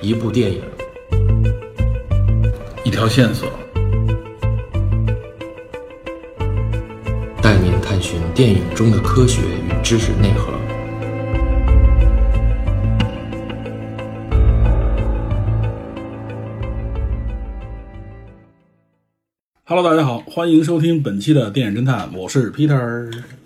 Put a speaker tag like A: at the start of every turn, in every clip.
A: 一部电影，
B: 一条线索，
A: 带您探寻电影中的科学与知识内核。
B: Hello，大家好，欢迎收听本期的电影侦探，我是 Peter。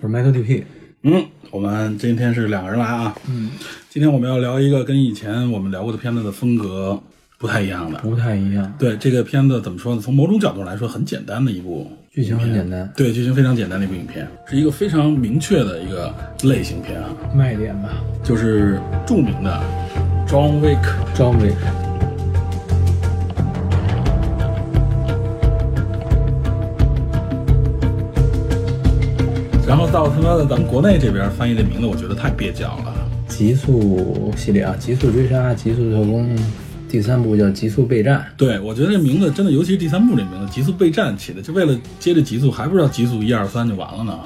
C: 不是 Michael DP，
B: 嗯，我们今天是两个人来啊。嗯，今天我们要聊一个跟以前我们聊过的片子的风格不太一样的。
C: 不太一样，
B: 对这个片子怎么说呢？从某种角度来说，很简单的一部
C: 剧情很简单，
B: 对剧情非常简单的一部影片，是一个非常明确的一个类型片啊，
C: 卖点吧。
B: 就是著名的 John Wick。
C: 张伟，
B: 然后到他妈的咱们国内这边翻译这名字，我觉得太蹩脚了。
C: 极速系列啊，极速追杀、极速特工，第三部叫极速备战，
B: 对，我觉得这名字真的，尤其是第三部这名字“极速备战”起的，就为了接着极速，还不知道极速一二三就完了呢，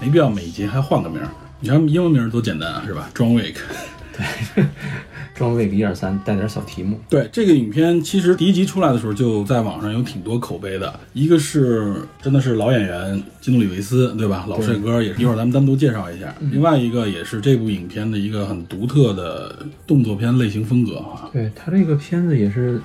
B: 没必要每集还换个名儿。你瞧英文名儿多简单啊，是 吧？John Wick。
C: 张伟一二三带点小题目，
B: 对这个影片，其实第一集出来的时候就在网上有挺多口碑的，一个是真的是老演员基努里维斯，对吧？老帅哥也是，一会儿咱们单独介绍一下。另外一个也是这部影片的一个很独特的动作片类型风格啊，
C: 对他这个片子也是，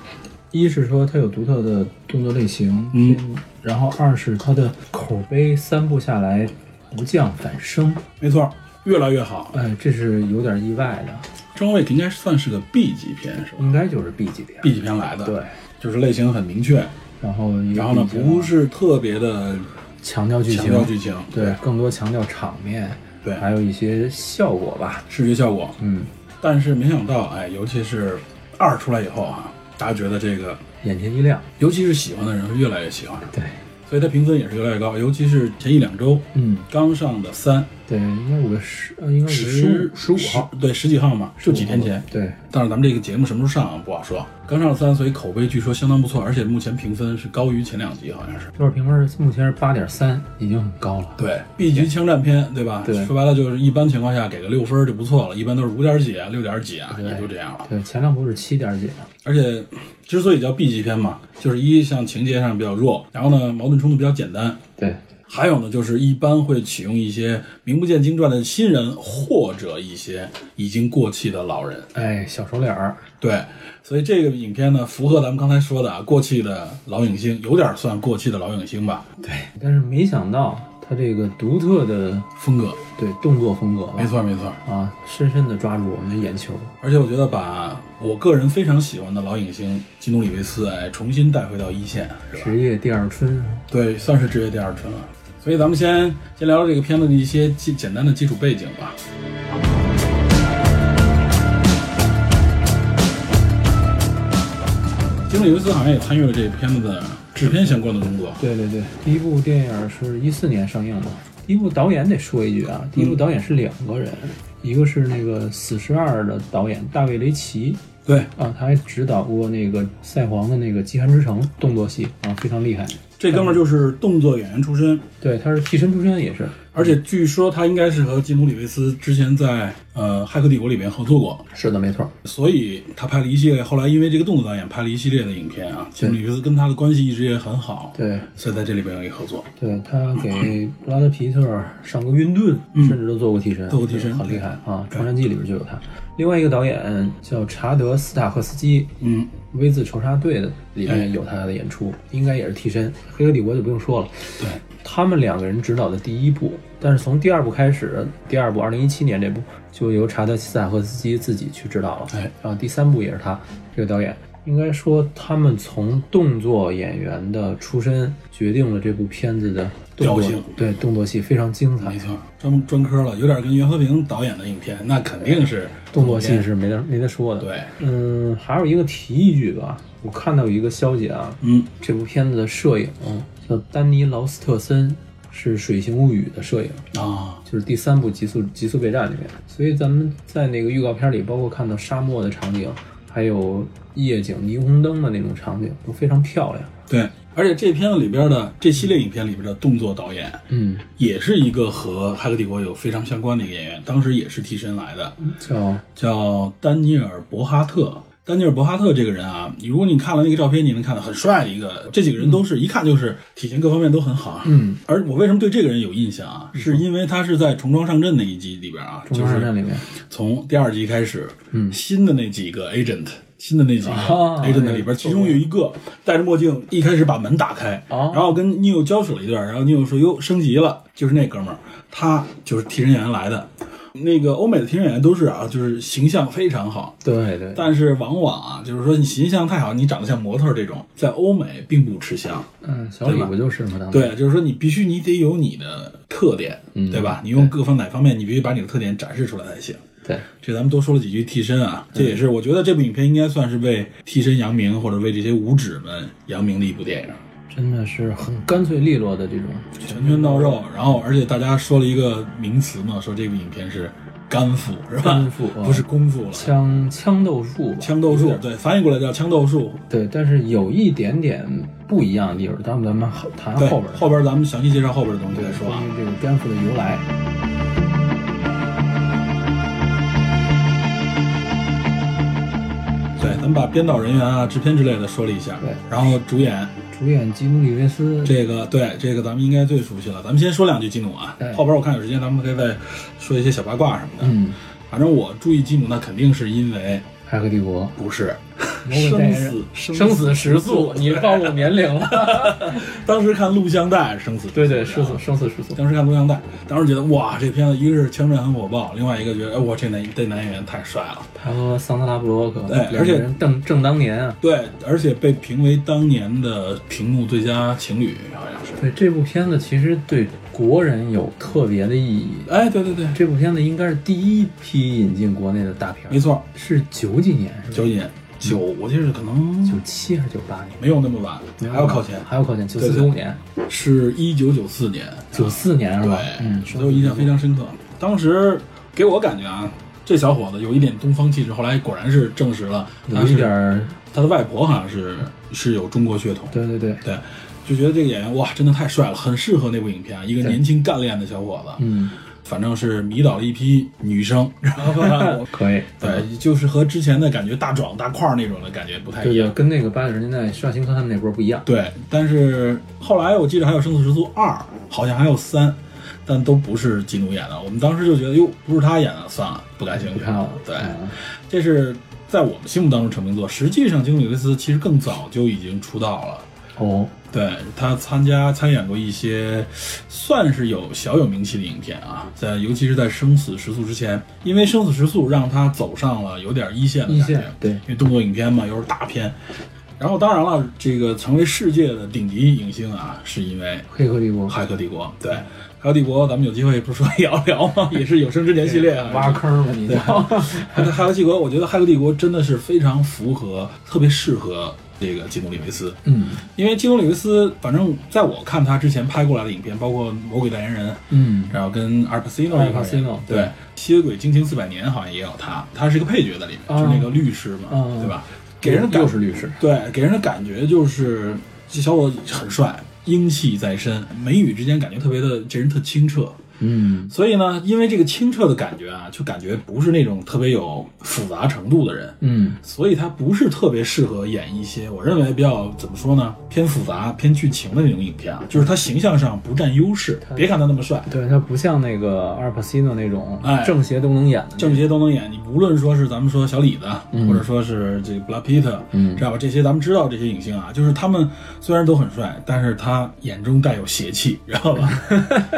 C: 一是说它有独特的动作类型，
B: 嗯，
C: 然后二是它的口碑三部下来不降反升，
B: 没错，越来越好。
C: 哎，这是有点意外的，
B: 张卫应该算是个 B 级片，是吧
C: 应该就是 B 级片，
B: ？B 级片来的，
C: 对，，
B: 就是类型很明确，
C: 然后也
B: 然后呢
C: 比较
B: 不是特别的
C: 强调嗯剧
B: 强调
C: 情，
B: 剧情，
C: 对，更多强调场面，
B: 对
C: 还有一些效果吧，
B: 视觉效果。
C: 嗯。
B: 但是没想到，哎，尤其是二出来以后啊，大家觉得这个，
C: 眼前一亮。
B: 尤其是喜欢的人会越来越喜欢，
C: 对，
B: 所以它评分也是越来越高，尤其是前一两周
C: 嗯，
B: 刚上的三
C: 对，应该五月十，呃，应该五
B: 十
C: 月十五号，，
B: 十对十几号嘛，就几天前。
C: 对，
B: 但是咱们这个节目什么时候上啊不好说，刚上三，所以口碑据说相当不错，而且目前评分是高于前两集，好像是。
C: 豆瓣评分目前是八点三，已经很高了。
B: 对 B 级枪战片，对吧？
C: 对
B: 说白了就是一般情况下给个六分儿就不错了，一般都是五点几啊、六点几啊，
C: 对
B: 也就这样了。
C: 对，前两部是七点几，
B: 而且之所以叫 B 级片嘛，就是一像情节上比较弱，然后呢矛盾冲突比较简单，
C: 对，
B: 还有呢就是一般会启用一些名不见经传的新人或者一些已经过气的老人。
C: 哎，小手脸儿，
B: 对，所以这个影片呢符合咱们刚才说的啊，过气的老影星，有点算过气的老影星吧，
C: 但是没想到他这个独特的
B: 风格。
C: 对动作风格吧
B: 没错没错，
C: 啊，深深的抓住我们的眼球。
B: 而且我觉得把我个人非常喜欢的老影星基努里维斯哎重新带回到一线，是吧？
C: 职业第二春，
B: 对，算是职业第二春了。所以咱们先先聊聊这个片子的一些基简单的基础背景吧。基努里维斯好像也参与了这片子的制片相关的工作。
C: 对对对，第一部电影是一四年上映的。第一部导演得说一句啊，
B: 嗯
C: 第一部导演是两个人，一个是那个《死侍二》的导演大卫雷奇
B: 对，
C: 啊，他还指导过那个赛黄的那个《极寒之城》动作戏啊，非常厉害。
B: 这哥们儿就是动作演员出身，
C: 对，他是替身出身也是，
B: 而且据说他应该是和基努里维斯之前在呃《骇客帝国》里面合作过，
C: 是的，没错。
B: 所以他拍了一系列，后来因为这个动作导演拍了一系列的影片啊，基努里维斯跟他的关系一直也很好，
C: 对，
B: 所以在这里边有一合作。
C: 对他给布拉德皮特上过晕盾，甚至都做过替
B: 嗯
C: 身，
B: 做过替身
C: 很厉害啊！
B: 对
C: 《传山记》里边就有他。另外一个导演叫查德·斯塔赫斯基，
B: 嗯，
C: 《V 字仇杀队》的里
B: 哎
C: 面有他的演出，应该也是替身。《黑客帝国》就不用说了，
B: 对，
C: 他们两个人执导的第一部，但是从第二部开始，第二部二零一七年这部就由查德·斯塔赫斯基自己去执导了，
B: 哎，
C: 然后第三部也是他这个导演。应该说，他们从动作演员的出身决定了这部片子的动
B: 调
C: 作
B: 性，
C: 对动作戏非常精彩
B: 没，错，专专科了，有点跟袁和平导演的影片，那肯定是
C: 动作戏是没得没得说的。，
B: 对，
C: 嗯，还有一个提一句吧，我看到有一个消息啊，
B: 嗯，
C: 这部片子的摄影叫丹尼劳斯特森，是《水形物语》的摄影，
B: 啊，
C: 就是第三部《极速极速备战》里面。所以咱们在那个预告片里，包括看到沙漠的场景，还有夜景、霓虹灯的那种场景，都非常漂亮。
B: 对，而且这片子里边的这系列影片里边的动作导演，
C: 嗯，
B: 也是一个和《骇客帝国》有非常相关的一个演员，当时也是替身来的，
C: 嗯叫
B: 叫丹尼尔·博哈特。丹尼尔·博哈特这个人啊，你如果你看了那个照片，你能看到很帅的一个，这几个人都是、一看就是体型各方面都很好。啊
C: 嗯，
B: 而我为什么对这个人有印象啊？是因为他是在《重装上阵》那一集里边啊，
C: 中
B: 就
C: 央
B: 是
C: 站里面，
B: 从第二集开始，嗯，新的那几个 agent，新的那几个
C: 啊
B: agent 里边，其中有一个戴着墨镜，一开始把门打开，
C: 哦
B: 然后跟 Neo 交手了一段，然后 Neo 说：“哟，升级了。”就是那哥们儿，他就是替身演员来的。那个欧美的替身演员都是啊，就是形象非常好，
C: 对对，
B: 但是往往啊，就是说你形象太好，你长得像模特儿这种，在欧美并不吃香。
C: 嗯，小李不就是吗？当时，
B: 对，就是说你必须你得有你的特点，对吧？你用各方哪方面，你必须把你的特点展示出来才行。
C: 对，
B: 这咱们多说了几句替身啊，这也
C: 嗯
B: 是我觉得这部影片应该算是为替身扬名，或者为这些武指们扬名的一部电影，
C: 真的是很干脆利落的这种，
B: 拳拳到肉。然后，而且大家说了一个名词嘛，说这部影片是干腹，是吧？
C: 干腹啊
B: 不是功夫了，
C: 枪枪斗术吧，
B: 枪斗术，对，翻译过来叫枪斗术。
C: 对，但是有一点点不一样的地方，咱们咱们后谈
B: 对，
C: 啊后边儿
B: 后边咱们详细介绍后边的东西再说啊
C: 关。于这个甘肃的由来。
B: 对，咱们把编导人员啊、制片之类的说了一下，
C: 对
B: 然后主演
C: 主演基努·里维斯，
B: 这个，对这个咱们应该最熟悉了。咱们先说两句基努啊
C: 对，
B: 后边我看有时间咱们可以再说一些小八卦什么的。
C: 哎嗯，
B: 反正我注意基努，那肯定是因为
C: 《骇客帝国
B: 不是》
C: 代
B: 生
C: 言
B: 死
C: 人生死时速，你暴露年龄了。
B: 当时看录像带生死，
C: 对对，
B: 是
C: 时速，生死时速。
B: 当时看录像带，当时觉得哇，这片子一个是枪战很火爆，另外一个觉得哎，我这男这男演员太帅了。
C: 他和桑德拉·布洛克，
B: 对
C: 两个
B: 而且
C: 人正正当年啊。
B: 对，而且被评为当年的屏幕最佳情侣，好像是。
C: 对这部片子，其实对国人有特别的意义。
B: 哎，对对对，
C: 这部片子应该是第一批引进国内的大片儿，
B: 没错，
C: 是九几年，是吧？
B: 九几年，九，我记得是可能
C: 九七还是九八年？
B: 没有那么晚，还要靠前，
C: 还要靠前，九
B: 对
C: 四
B: 对
C: 九五年，
B: 是一九九四年，
C: 九四年是吧？嗯，
B: 对，所以我印象非常深刻。当时给我感觉啊，这小伙子有一点东方气质，后来果然是证实了，
C: 有
B: 他
C: 一
B: 是
C: 点儿，
B: 他的外婆好像是是有中国血统，
C: 对对对，
B: 对，就觉得这个演员哇，真的太帅了，很适合那部影片啊，一个年轻干练的小伙子，
C: 嗯，
B: 反正是迷倒了一批女 生，然后呢
C: 可以，
B: 对，就是和之前的感觉大壮大块儿那种的感觉不太
C: 对
B: 一
C: 对，
B: 样。
C: 哎跟那个八九十年代施瓦辛格他们那波不一样。
B: 对，但是后来我记得还有《生死时速二》，好像还有三，但都不是基努演的。我们当时就觉得，哟，不是他演的，算了，不感兴趣。
C: 你看啊，
B: 对，
C: 嗯
B: 这是在我们心目当中成名作。实际上，基努·里维斯其实更早就已经出道了。
C: 哦，
B: 对他参加参演过一些算是有小有名气的影片啊，在尤其是在《生死时速》之前，因为《生死时速》让他走上了有点一线的
C: 一
B: 感觉
C: 线，对
B: 因为动作影片嘛，又是大片。然后当然了，这个成为世界的顶级影星啊，是因为
C: 黑客帝国
B: 《骇客帝国》。对，《骇客帝国》咱们有机会不是说 也要聊吗？也是有生之年系列啊，
C: 挖坑吧，你
B: 对， 还有《骇客帝国》，我觉得《骇客帝国》真的是非常符合，特别适合这个基努·里维斯，
C: 嗯
B: 因为基努·里维斯，反正在我看他之前拍过来的影片，包括《魔鬼代言人》，
C: 嗯，
B: 然后跟阿尔帕西诺一块儿演
C: 啊 Al Pacino，
B: 对，
C: 对
B: 《吸血鬼惊情四百年》好像也有他，他是一个配角在里面，
C: 啊
B: 就是那个律师嘛，
C: 啊
B: 对吧？给人的感
C: 又是律师，
B: 对，给人的感觉就是这小伙子很帅，英气在身，眉宇之间感觉特别的，这人特清澈，
C: 嗯，
B: 所以呢，因为这个清澈的感觉啊，就感觉不是那种特别有复杂程度的人，
C: 嗯，
B: 所以他不是特别适合演一些我认为比较怎么说呢，偏复杂、偏剧情的那种影片啊。就是他形象上不占优势，别看他那么帅，
C: 对他不像那个阿尔帕西诺那种
B: 哎
C: 正邪都能演的那种，
B: 正邪都能演。你无论说是咱们说小李子，或者说是这个布拉皮特，
C: 嗯
B: 知道吧？这些咱们知道这些影星啊，就是他们虽然都很帅，但是他眼中带有邪气，知道 吧？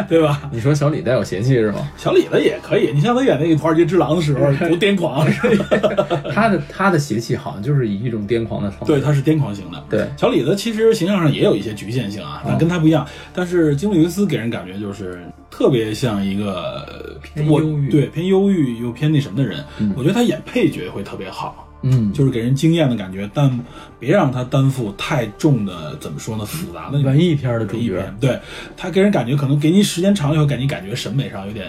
B: 对吧？
C: 你说小李带有邪气是吗？
B: 小李子也可以，你像他演那个《华尔街之狼》的 时候，多癫狂，是吧？
C: 他的他的邪气好像就是以一种癫狂的方式，
B: 对，他是癫狂型的。
C: 对嗯
B: 小李子其实形象上也有一些局限性啊，但跟他不一样。但是金·里维斯给人感觉就是特别像一个
C: 偏
B: 我
C: 忧郁
B: 对偏忧郁又偏那什么的人。我觉得他演配角会特别好，
C: 嗯，
B: 就是给人惊艳的感觉，但别让他担负太重的怎么说呢，复杂的那种
C: 文艺片的主
B: 文艺
C: 角
B: 片。对他给人感觉可能给你时间长了以后，给你感觉审美上有点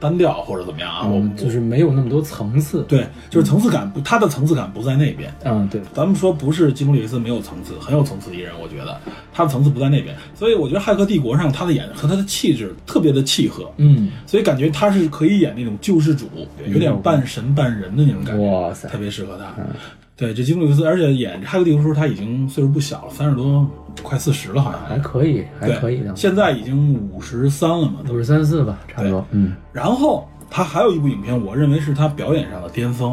B: 单调或者怎么样啊。我
C: 嗯，就是没有那么多层次，
B: 对，就是层次感不，他的层次感不在那边。
C: 嗯，对，
B: 咱们说不是基努里维斯没有层次，很有层次的艺人，我觉得他的层次不在那边，所以我觉得《骇客帝国》上他的演和他的气质特别的契合，
C: 嗯，
B: 所以感觉他是可以演那种救世主，有点半神半人的那种感觉，
C: 哇塞嗯
B: 特别适合他。对，这基努·里维斯，而且演哈格蒂的时候他已经岁数不小了，三十多，快四十了，好像
C: 还可以，还
B: 对
C: 可以的，
B: 现在已经五十三了嘛。都
C: 五十三四吧，差不多。嗯
B: 然后他还有一部影片，我认为是他表演上的巅峰，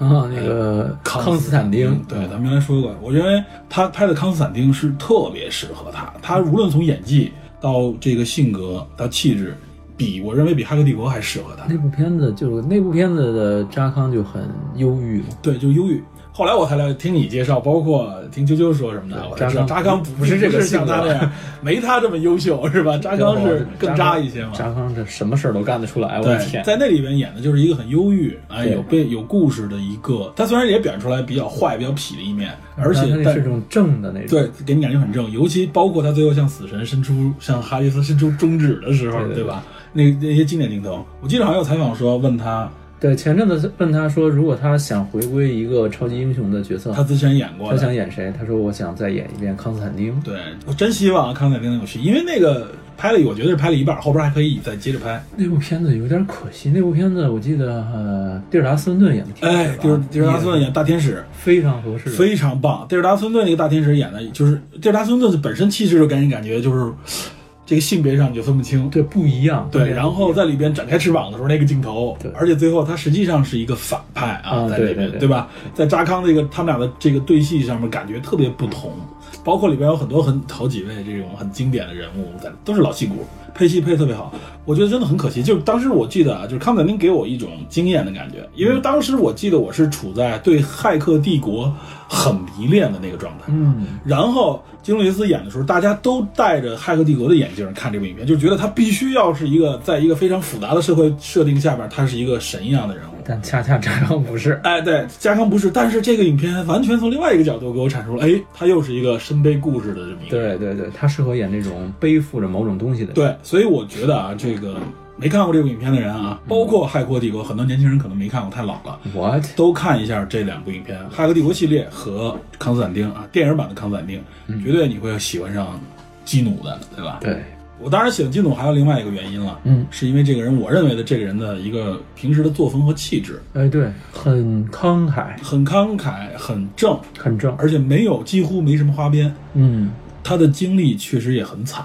C: 啊，那个康斯嗯坦丁，
B: 对，咱们原来说过，我认为他拍的《康斯坦丁》是特别适合他，他无论从演技到这个性格到气质，比我认为比《哈格帝国》还适合他。
C: 那部片子就是那部片子的扎康就很忧郁嘛，
B: 对，就忧郁。后来我才了解，听你介绍，包括听啾啾说什么的，我才知道
C: 扎
B: 扎
C: 康
B: 康
C: 不
B: 不
C: 是这个性
B: 像
C: 格
B: 他这样， 没他这么优秀是 吧？扎康是更
C: 扎
B: 渣
C: 康
B: 一些嘛。
C: 扎康这什么事儿都干得出来，我的
B: 对，
C: 天！
B: 在那里边演的就是一个很忧郁，哎，
C: 对
B: 有被有故事的一个。他虽然也表现出来比较坏、比较痞的一面，而且
C: 嗯但它那
B: 但
C: 是这种正的那种，
B: 对，给你感觉很正，尤其包括他最后向死神伸出向哈迪斯伸出中指的时候，
C: 对对
B: 吧？那那些经典镜头，我记得好像有采访说问他，
C: 对。前阵子问他说，如果他想回归一个超级英雄的角色，
B: 他之前演过
C: 他
B: 的，
C: 想演谁？他说我想再演一遍康斯坦丁。
B: 对我真希望康乃丁能有戏，因为那个拍了，我觉得是拍了一半，后边还可以再接着拍。
C: 那部片子有点可惜，那部片子我记得呃，蒂尔达·斯文顿演的挺好的
B: 哎
C: 吧，
B: 就是蒂尔达·斯顿演大天使，
C: 非常合适，
B: 非常棒。蒂尔达·斯顿那个大天使演的，就是蒂尔达·斯顿本身气质就给人感觉就是这个性别上你就分不清。
C: 对不一样。
B: 对，然后在里边展开翅膀的时候那个镜头
C: 对，
B: 而且最后他实际上是一个反派啊，
C: 啊
B: 在
C: 对
B: 里
C: 对
B: 边
C: 对
B: 对吧？在扎康这个他们俩的这个对戏上面感觉特别不同，包括里边有很多很好几位这种很经典的人物在，都是老戏骨，配戏配得特别好，我觉得真的很可惜。就是当时我记得啊，就是康乃丁给我一种惊艳的感觉，因为当时我记得我是处在对《骇客帝国》很迷恋的那个状态，
C: 嗯，
B: 然后金·路易斯演的时候，大家都戴着《骇客帝国》的眼镜看这部影片，就觉得他必须要是一个在一个非常复杂的社会设定下边，他是一个神一样的人物。
C: 但恰恰扎康不是。
B: 哎，对，加康不是，但是这个影片完全从另外一个角度给我阐述了，哎，他又是一个身背故事的这么一个人。
C: 对对对，他适合演这种背负着某种东西的。，
B: 对，所以我觉得啊，这个没看过这部影片的人啊，包括《骇客帝国》，很多年轻人可能没看过，太老了。
C: 我
B: 都看一下这两部影片，《骇客帝国》系列和《康斯坦丁》啊，电影版的《康斯坦丁》，绝对你会喜欢上基努的，对吧？
C: 对，
B: 我当然喜欢基努还有另外一个原因了，
C: 嗯，
B: 是因为这个人，我认为的这个人的一个平时的作风和气质，
C: 哎对，很慷慨，
B: 很慷慨，很正，
C: 很正。
B: 而且没有几乎没什么花边。
C: 嗯，
B: 他的经历确实也很惨，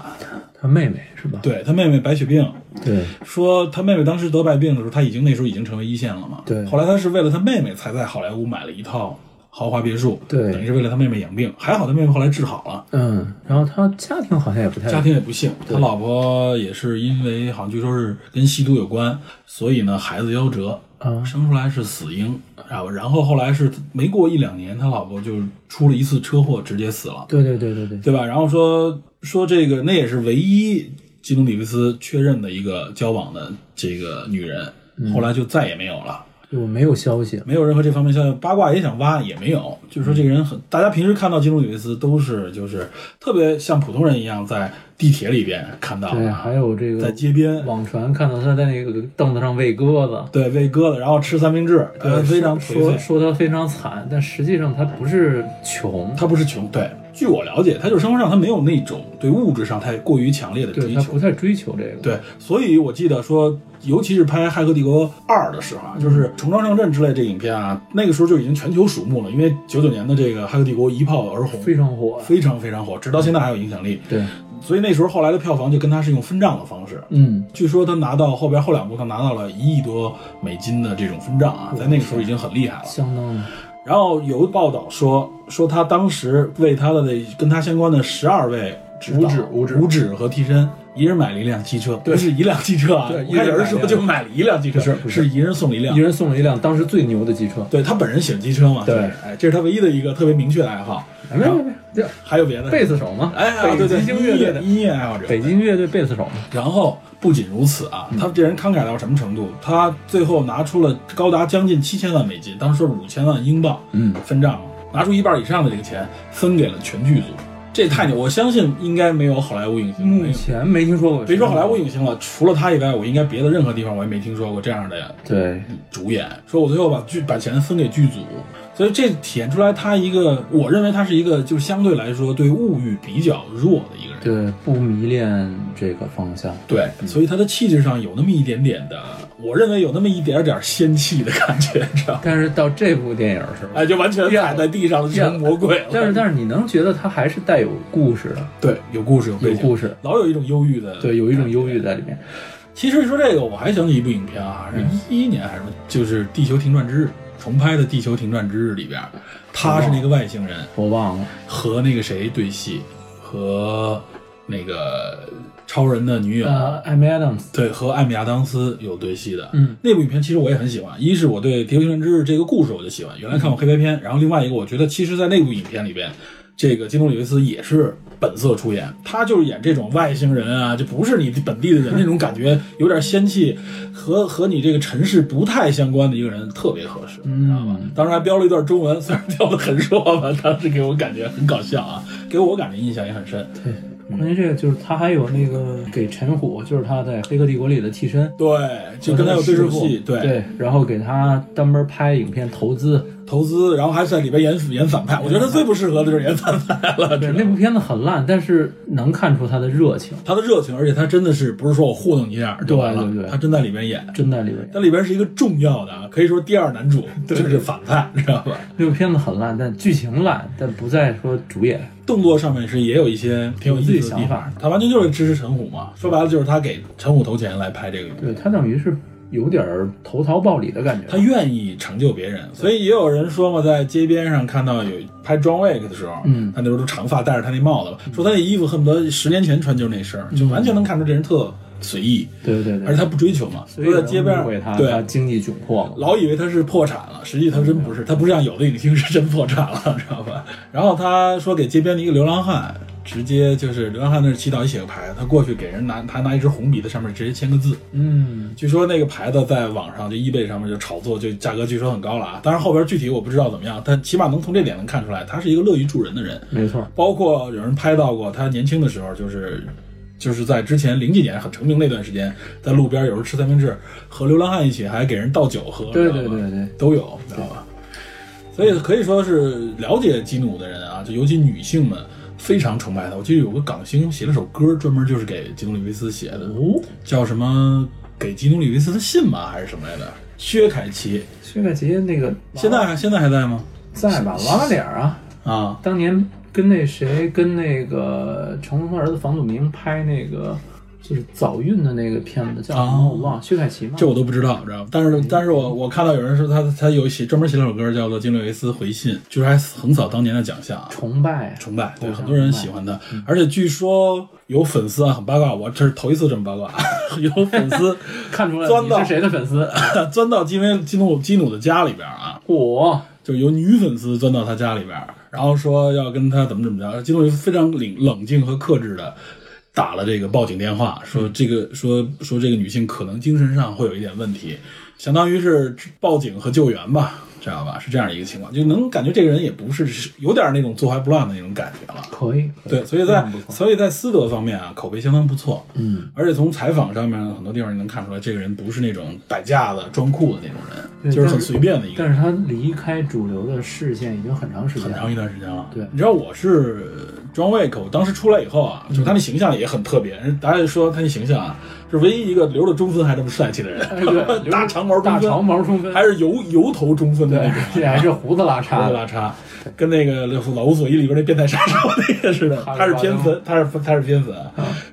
C: 他妹妹是吧？
B: 对他妹妹白血病，
C: 对
B: 说他妹妹当时得白血病的时候，他已经那时候已经成为一线了嘛。
C: 对
B: 后来他是为了他妹妹才在好莱坞买了一套豪华别墅，
C: 对
B: 等于是为了他妹妹养病，还好他妹妹后来治好了。
C: 嗯，然后他家庭好像也不 太
B: 家庭也不幸，他老婆也是因为好像据说是跟吸毒有关，所以呢孩子夭折，
C: 啊
B: 生出来是死婴，然后然后后来是没过一两年，他老婆就出了一次车祸，直接死了，
C: 对对对对对，
B: 对吧？然后说说这个那也是唯一基努里维斯确认的一个交往的这个女人，后来就再也没有了。
C: 我没有消息。
B: 没有任何这方面消息，八卦也想挖也没有，就是说这个人
C: 嗯
B: 很，大家平时看到金·路里维斯都是就是特别像普通人一样在地铁里边看到
C: 对，
B: 的
C: 还
B: 啊，
C: 有这个
B: 在街边
C: 网传看到他在那个凳子上喂鸽子，
B: 对喂鸽子，然后吃三明治，呃，非常颓
C: 说
B: 废。
C: 说他非常惨，但实际上他不是穷，
B: 他不是穷，对，据我了解，他就是生活上他没有那种对物质上太过于强烈的
C: 对
B: 追
C: 他
B: 求
C: 不，太追求这个。
B: 对，所以我记得说，尤其是拍《骇客帝国二》的时候
C: 嗯
B: 啊，就是《重装上阵》之类这影片啊，那个时候就已经全球瞩目了，因为九九年的这个《骇客帝国》一炮而红，
C: 非常火。
B: 非常非常火，直到现在还有影响力。
C: 对，
B: 所以那时候后来的票房就跟他是用分账的方式。
C: 嗯，
B: 据说他拿到后边后两部，他拿到了一亿多美金的这种分账啊，在那个时候已经很厉害了。
C: 相当的
B: 然后有报道说，说他当时为他的那跟他相关的十二位指导
C: 五指五指
B: 五指和替身，一人买了一辆汽车，不是一辆汽车啊，
C: 对
B: 我看有人说就买了一辆汽车，
C: 不是不是
B: 是一人送了一辆
C: 一。人送了一辆当时最牛的机车。
B: 对他本人喜欢机车嘛，
C: 对
B: 就是哎，这是他唯一的一个特别明确的爱好。
C: 哎没没没，这
B: 还有别的？
C: 贝斯手嘛，
B: 哎呀，对
C: 北
B: 对，
C: 京乐队的
B: 音乐音乐爱好者，
C: 北京乐队贝斯手嘛，
B: 然后不仅如此啊，他这人慷慨到什么程度？他最后拿出了高达将近七千万美金，当时五千万英镑，
C: 嗯，
B: 分账拿出一半以上的这个钱分给了全剧组，这太牛！我相信应该没有好莱坞影星，没
C: 目
B: 有
C: 前没听说过。
B: 别说好莱坞，影星了，除了他以外，我应该别的任何地方我也没听说过这样的
C: 对，
B: 主演。说我最后把剧把钱分给剧组，所以这体现出来他一个，我认为他是一个就是相对来说对物欲比较弱的一个人。
C: 对，不迷恋这个方向。
B: 对，所以他的气质上有那么一点点的，我认为有那么一点点仙气的感觉，你知 道吗？
C: 但是到这部电影是吧？
B: 哎，就完全踩在地上成魔鬼了。
C: 但是但是你能觉得它还是带有故事的，
B: 对，有故事，有背
C: 有
B: 景
C: 故事，
B: 老有一种忧郁的，
C: 对，有一种忧郁在里面。
B: 其实说这个，我还想起一部影片啊，是
C: 嗯
B: 一一年还是什么，就是《地球停转之日》重拍的《地球停转之日》里边，他是那个外星人
C: 我忘了，
B: 和那个谁对戏，和那个超人的女友，
C: 呃，Amy Adams，
B: 对，和艾米亚当斯有对戏的。
C: 嗯，
B: 那部影片其实我也很喜欢，一是我对《地球停转之日》这个故事我就喜欢，原来看过黑白片，然后另外一个我觉得其实，在那部影片里边。这个基努·里维斯也是本色出演，他就是演这种外星人啊，就不是你本地的人，那种感觉有点仙气，和和你这个尘世不太相关的一个人特别合适。
C: 嗯，知道吗？
B: 当时还标了一段中文，虽然标的很弱吧，当时给我感觉很搞笑啊，给我感觉印象也很深。
C: 对，关键这个就是他还有那个给陈虎，就是他在《黑客帝国》里的替身，
B: 对，就跟他有对手戏，
C: 对然后给他专门拍影片投资，
B: 投资，然后还在里边演演反派。我觉得他最不适合的就是演反派了，
C: 对，
B: 真
C: 那
B: 的。
C: 部片子很烂，但是能看出他的热情，
B: 他的热情，而且他真的是不是说我糊弄你一下就完了，
C: 对对对
B: 他真在里边演。
C: 真在里面。
B: 他里边是一个重要的啊，可以说第二男主就是反 派，知道吧？
C: 这部片子很烂，但剧情烂，但不在说主演。
B: 动作上面是也有一些挺有意思的
C: 有自己
B: 地
C: 想法
B: 方。他完全就是支持陈虎嘛，说白了就是他给陈虎投钱来拍这个
C: 对他等于是有点儿投桃报李的感觉。
B: 他愿意成就别人，所以也有人说嘛，在街边上看到有拍 John Wick 的时候，
C: 嗯
B: 他那时候都长发，戴着他那帽子吧，说他那衣服恨不得十年前穿就是那身儿，就完全能看出这人特随意，
C: 对嗯对对，
B: 而且他不追求嘛，所
C: 所以
B: 以在街边
C: 人误会他
B: 上
C: 他
B: 对。
C: 经济窘迫嘛。
B: 老以为他是破产了，实际他真不是，他不像有的影星是真破产了， 知道吧？然后他说给街边的一个流浪汉，直接就是流浪汉那儿祈祷，一写个牌，他过去给人拿，他拿一支红笔在上面直接签个字，
C: 嗯，
B: 据说那个牌子在网上就 eBay 上面就炒作，就价格据说很高了啊。当然后边具体我不知道怎么样，但起码能从这点能看出来，他是一个乐于助人的人。
C: 没错，
B: 包括有人拍到过他年轻的时候，就是就是在之前零几年很成名那段时间，在路边有人吃三明治，和流浪汉一起还给人倒酒喝，
C: 对
B: 知道
C: 对
B: 吗
C: 对对，
B: 都有，知道吧？所以可以说是了解基努的人啊，就尤其女性们非常崇拜他。我记得有个港星写了首歌，专门就是给基努里维斯写的，
C: 哦
B: 叫什么“给基努里维斯的信”吧，还是什么来着？薛凯琪
C: 薛凯琪那个
B: 现在还现在还在吗？
C: 在吧，娃娃脸儿啊，
B: 啊，
C: 当年跟那谁跟那个成龙他儿子房祖名拍那个就是早孕的那个片子叫什么？
B: 哦
C: 我忘了，薛凯琪吗？
B: 这我都不知道，知道吗？但是但是我我看到有人说他他有写专门写了首歌叫做《基努里维斯回信》，就是还横扫当年的奖项啊。
C: 崇拜啊，
B: 崇拜，对
C: 偶像
B: 很多人喜欢他，而且据说有粉丝啊，很八卦，我这是头一次这么八卦， 有粉丝
C: 看出来
B: 钻
C: 你
B: 到
C: 是谁的粉丝？
B: 钻到基维基努基努的家里边啊，
C: 我
B: 就有女粉丝钻到他家里边，然后说要跟他怎么怎么着，基努非常冷冷静和克制的。打了这个报警电话，说这个说说这个女性可能精神上会有一点问题，相当于是报警和救援吧，知道吧？是这样一个情况，就能感觉这个人也不是是有点那种坐怀不乱的那种感觉了。
C: 可以，
B: 对，所以在所以在斯德方面啊，口碑相当不错。
C: 嗯，
B: 而且从采访上面很多地方你能看出来，这个人不是那种摆架子、装酷的那种人，
C: 对
B: 就是
C: 但
B: 很
C: 是
B: 随便的一个人。
C: 但是他离开主流的视线已经很长时间
B: 很
C: 了，
B: 长一段时间了。
C: 对
B: 你知道我是 John Wick，我当时出来以后啊，就是他那
C: 嗯
B: 形象也很特别，人大家说他那形象啊，是唯一一个留着中分还这么帅气的人，
C: 哎 对
B: 大长毛中
C: 大
B: 分，
C: 长毛中分，
B: 还是油油头中分的那
C: 对
B: 种啊，，
C: 这还是胡子拉
B: 胡
C: 碴
B: 子
C: 的，
B: 拉碴，跟那个《老无所依》里边那变态杀手那个似的，
C: 哈啊
B: 他
C: 利
B: 是
C: 巴
B: 偏
C: 登
B: 粉，他是他是偏粉。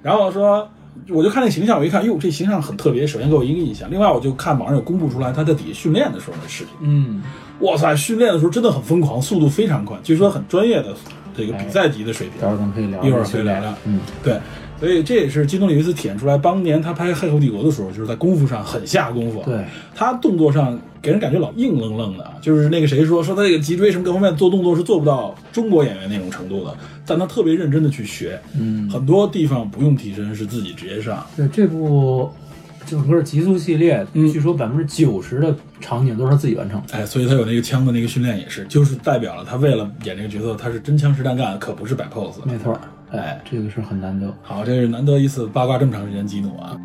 B: 然后说，我就看那形象，我一看，哟，这形象很特别。首先给我一个印象，另外我就看网上有公布出来他在底下训练的时候的视频。
C: 嗯，
B: 哇塞，训练的时候真的很疯狂，速度非常快，据说很专业的这个比赛级的水平。
C: 到时候咱们可以聊
B: 一会儿可
C: 这
B: 以
C: 训
B: 聊
C: 练
B: 聊，
C: 嗯，
B: 对，所以这也是基努·里维斯体现出来，当年他拍《黑客帝国》的时候，就是在功夫上很下功夫。啊
C: 对，
B: 他动作上给人感觉老硬愣愣的，啊就是那个谁说说他这个脊椎什么各方面做动作是做不到中国演员那种程度的，但他特别认真的去学，
C: 嗯，
B: 很多地方不用替身是自己直接上，
C: 对这部整个极速系列，
B: 嗯
C: 据说百分之九十的场景都是他自己完成的。
B: 哎，所以他有那个枪的那个训练也是，就是代表了他为了演这个角色，他是真枪实弹干，可不是摆 pose 的。
C: 没错，
B: 哎
C: 哎，这个是很难得。
B: 好，这是难得一次八卦这么长时间激怒啊！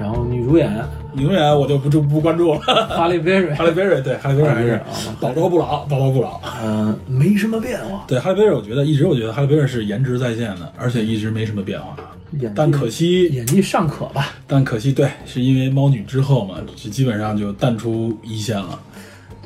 C: 然后女主毒 眼、
B: 永远我就不注不关注了。
C: 哈利贝瑞
B: 哈，利贝瑞对哈利贝瑞还是
C: 啊
B: 老招不老，老招不老。
C: 嗯，没什么变化。
B: 对哈利贝瑞，我觉得一直我觉得哈利贝瑞是颜值在线的，而且一直没什么变化。
C: 演技
B: 但可惜，
C: 演技尚可吧，
B: 但可惜，对，是因为猫女之后嘛，就基本上就淡出一线了。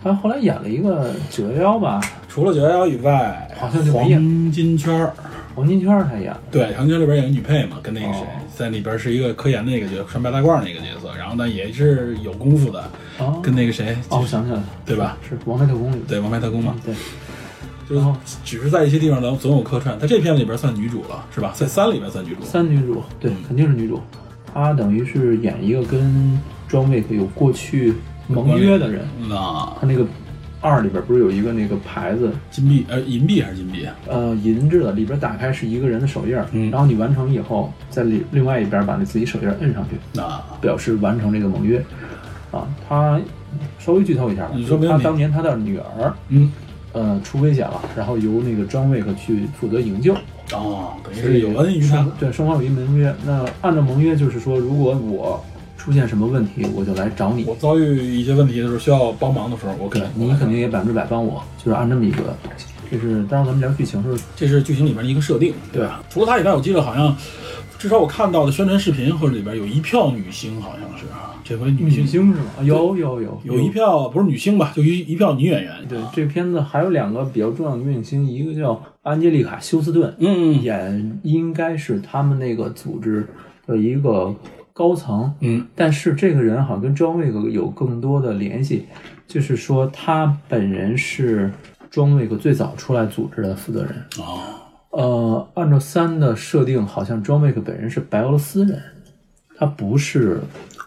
C: 他后来演了一个九幺幺吧，
B: 除了九幺幺以外，
C: 好像就没演
B: 黄金圈儿，
C: 黄金圈儿他演的。
B: 对，长圈里边演个女配嘛，跟那个谁、
C: 哦
B: 在里边是一个科研的一个角色，穿白大褂那个角色，然后呢也是有功夫的，
C: 哦，
B: 跟那个谁，
C: 哦，
B: 就
C: 我
B: 是
C: 想起来了，
B: 对吧？
C: 是《王牌特工》里的。啊
B: 对，王牌特工嘛，
C: 对，
B: 就是
C: 然后
B: 只是在一些地方咱总有客串，在这片里边算女主了，是吧？在三里边算女主，
C: 三女主，对，肯定是女主。她等于是演一个跟庄卫克有过去盟约的人。
B: 那
C: 她那个二里边不是有一个那个牌子，
B: 金币呃银币还是金币啊？
C: 呃，银质的，里边打开是一个人的手印儿，
B: 嗯
C: 然后你完成以后，在里另外一边把你自己手印儿摁上去，
B: 那
C: 表示完成这个盟约。啊，她稍微剧透一下吧，
B: 你说没
C: 她
B: 问题
C: 当年她的女儿，
B: 嗯
C: 呃，出危险了，然后由那个庄卫克去负责营救。
B: 哦，等于是有恩于他
C: 双对，双方有一盟约。那按照盟约，就是说，如果我出现什么问题，我就来找你
B: 我，遭遇一些问题的时候需要帮忙的时候，我肯
C: 对你肯定也百分之百帮我，就是按这么一个东西。这是当然，咱们聊剧情是
B: 这是剧情里边的一个设定，
C: 对
B: 吧？除了他以外，我记得好像至少我看到的宣传视频或者里边有一票女星，好像是啊，这回女星
C: 星是吗？有有有
B: 有一。票不是女星吧，就一一票女演员。
C: 对，这片子还有两个比较重要的女影星，一个叫安吉丽卡·休斯顿，
B: 嗯
C: 演应该是他们那个组织的一个高层，
B: 嗯，
C: 但是这个人好像跟 John Wick 有更多的联系，就是说他本人是 John Wick 最早出来组织的负责人。
B: 哦，
C: 呃，按照三的设定，好像 John Wick 本人是白俄罗斯人，他不是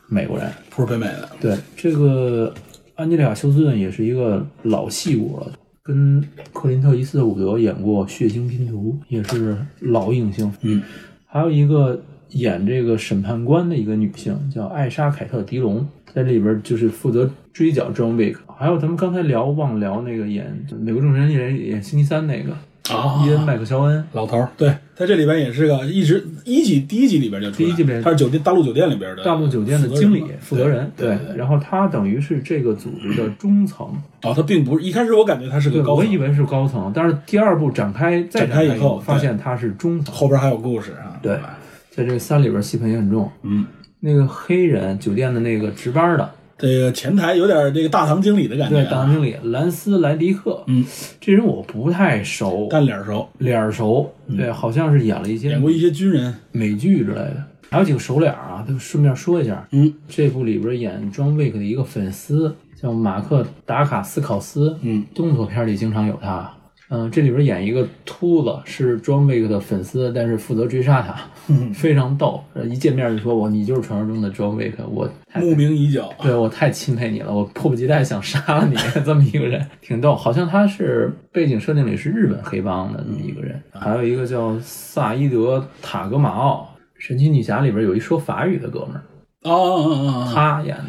C: 美国人。
B: 不是北美的，
C: 对，这个安吉丽卡·休斯顿也是一个老戏骨了，跟克林特·伊斯特伍德演过《血腥拼图》，也是老影星。
B: 嗯，
C: 还有一个演这个审判官的一个女性叫艾莎·凯特·迪龙，在里边就是负责追剿 John Wick。还有咱们刚才聊忘聊那个演《美国众神》演演星期三那个
B: 啊
C: 伊恩·麦克肖恩。
B: 老头儿，对，在这里边也是个一直一季第一集里边就出来
C: 第一季里边
B: 他是酒店大陆酒店里边的
C: 大陆酒店的
B: 负责
C: 经理
B: 嘛、
C: 负责人，
B: 对，
C: 然后他等于是这个组织的中层，
B: 哦，他并不是一开始我感觉他是
C: 对，
B: 个高
C: 我
B: 层，
C: 以为是高层，但是第二部展开再
B: 展开以后
C: 发
B: 对
C: 现他是中层。
B: 后边还有故事啊，
C: 对
B: 吧？
C: 在这个三里边戏份也很重。
B: 嗯，
C: 那个黑人酒店的那个值班的，
B: 这个前台有点这个大堂经理的感觉
C: 对，
B: 啊，
C: 大堂经理兰斯莱迪克，
B: 嗯，
C: 这人我不太熟，
B: 但脸熟，
C: 脸儿熟，对，好像是演了一些
B: 演过一些军人，
C: 美剧之类的。还有几个熟脸儿啊，就顺便说一下，
B: 嗯，
C: 这部里边演庄威克的一个粉丝叫马克·达卡斯考斯，
B: 嗯，
C: 动作片里经常有他。嗯、这里边演一个秃子，是庄威克的粉丝，但是负责追杀他，
B: 嗯
C: 非常逗。呃一见面就说我你就是传说中的庄威克，我太
B: 慕名已久，
C: 对我太钦佩你了，我迫不及待想杀了你， 这么一个人挺逗。好像他是背景设定里是日本黑帮的那么一个人，还有一个叫萨伊德·塔格马奥，《神奇女侠》里边有一说法语的哥们儿，
B: 哦哦哦哦哦，
C: 他演的，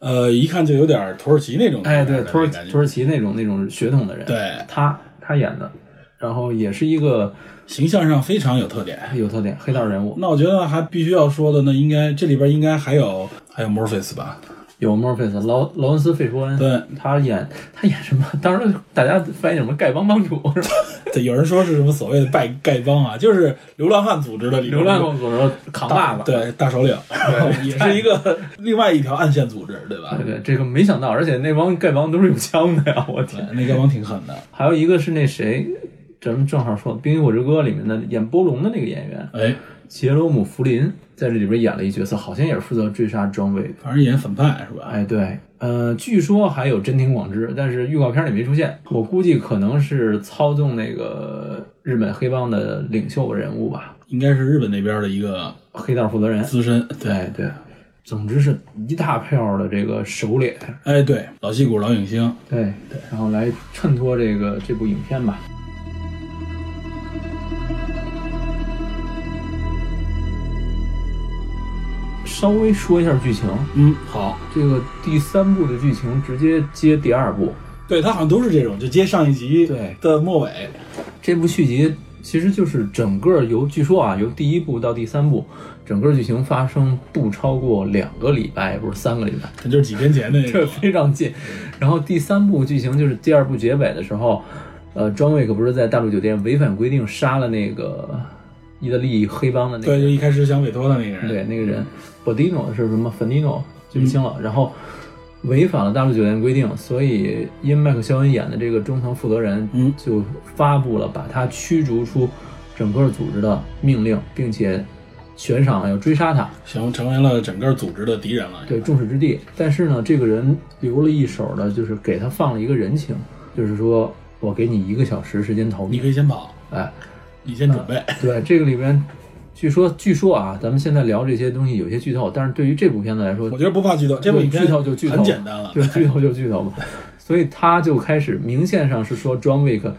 B: 呃，一看就有点土耳其那种感觉，
C: 哎，对，土耳
B: 感觉
C: 土耳其那种那种血统的人，，
B: 对，
C: 他他演的，然后也是一个
B: 形象上非常有特点。
C: 有特点黑道人物，
B: 那我觉得还必须要说的呢，应该这里边应该还有还有 Morpheus 吧？
C: 有 Morpheus 劳劳伦斯·费弗恩，
B: 对，
C: 他演他演什么？当时大家翻译什么丐帮帮主是吧？
B: 对，有人说是什么所谓的丐丐帮啊，就是流浪汉组织的里边
C: 流浪公主然后扛把子，
B: 对大首领， 也是一个另外一条暗线组织，对吧？
C: 啊对对，这个没想到，而且那帮丐帮都是有枪的呀！我天，
B: 那丐帮挺狠的，
C: 还有一个是那谁，咱们正好说《冰与火之歌》里面的演波龙的那个演员
B: 哎，
C: 杰罗姆·福林，在这里边演了一角色，好像也是负责追杀庄卫。
B: 反正演反派是吧？
C: 哎，对，呃，据说还有真田广之，但是预告片里没出现，我估计可能是操纵那个日本黑帮的领袖人物吧，
B: 应该是日本那边的一个
C: 黑道负责人。
B: 资深，对，
C: 对对，总之是一大票的这个首脸，
B: 哎对，老戏骨老影星，
C: 对对，然后来衬托这个这部影片吧。稍微说一下剧情，
B: 嗯，好，
C: 这个第三部的剧情直接接第二部，
B: 对他好像都是这种，就接上一集
C: 对
B: 的末尾，
C: 这部续集其实就是整个由据说啊，由第一部到第三部，整个剧情发生不超过两个礼拜，也不是三个礼拜，
B: 它就是几天前那
C: 这
B: 个，
C: 非常近。然后第三部剧情就是第二部结尾的时候，呃，庄威可不是在大陆酒店违反规定杀了那个意大利黑帮的那个
B: 对，就一开始想委托的那个人，
C: 对，那个人 Bodino 是什么 Fernino 记不清了，然后违反了大陆酒店规定，所以因麦克肖恩演的这个中层负责人，
B: 嗯
C: 就发布了把他驱逐出整个组织的命令，并且悬赏要追杀他，
B: 行，成为了整个组织的敌人了。
C: 对，众矢之的。但是呢，这个人留了一手的，就是给他放了一个人情，就是说我给你一个小时时间逃
B: 你
C: 命
B: 可，以先跑，
C: 哎，
B: 你先准备。
C: 对，这个里边。据说，据说啊，咱们现在聊这些东西有些剧透，但是对于这部片子来说，
B: 我觉得不怕剧透，这部影片
C: 剧透就剧透，
B: 很简单了。
C: 就剧透就剧透嘛。所以他就开始明线上是说，John Wick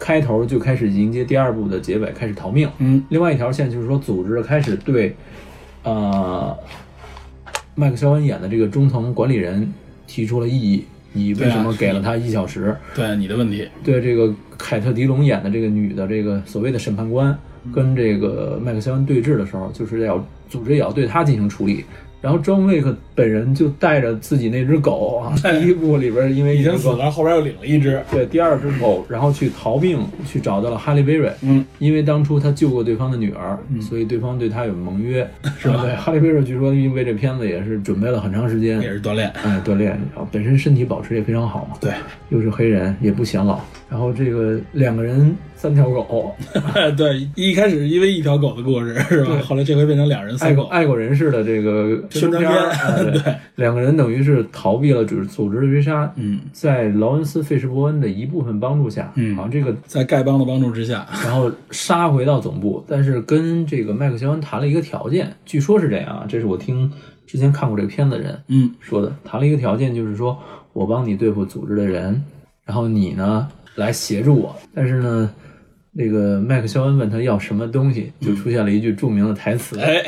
C: 开头就开始迎接第二部的结尾，开始逃命。
B: 嗯，
C: 另外一条线就是说，组织开始对，呃，麦克肖恩演的这个中层管理人提出了异议，你为
B: 啊
C: 什么给了他一小时？
B: 对你的问题，
C: 对这个凯特·迪龙演的这个女的这个所谓的审判官，
B: 嗯
C: 跟这个麦克肖恩对峙的时候，就是要组织也要对他进行处理。然后庄威克本人就带着自己那只狗 啊，第一部里边因为
B: 已经
C: 有
B: 死
C: 个
B: 了，后边又领了一只。
C: 对第二只狗，然后去逃命，去找到了哈利·贝瑞。
B: 嗯，
C: 因为当初他救过对方的女儿，所以对方对他有 盟约，是吧？对，哈利·贝瑞据说因为这片子也是准备了很长时间，
B: 也是锻炼，
C: 哎，锻炼，然后本身身体保持也非常好嘛。
B: 对，
C: 又是黑人，也不显老。然后这个两个人三条狗，
B: 对，一开始因为一条狗的故事是吧？后来这回变成两人
C: 爱
B: 三
C: 狗
B: 狗，
C: 爱狗人士的这个宣传片
B: 宣
C: 儿，
B: 传
C: 哎对，两个人等于是逃避了组组织的追杀。
B: 嗯，
C: 在劳恩斯·费什伯恩的一部分帮助下，
B: 嗯
C: 啊，这个
B: 在丐帮的帮助之下，
C: 然后杀回到总部，但是跟这个麦克肖恩谈了一个条件，据说是这样啊，这是我听之前看过这个片子的人
B: 嗯，
C: 说的，谈了一个条件，就是说我帮你对付组织的人，然后你呢来协助我。但是呢，那个麦克肖恩问他要什么东西，就出现了一句著名的台词、
B: 哎，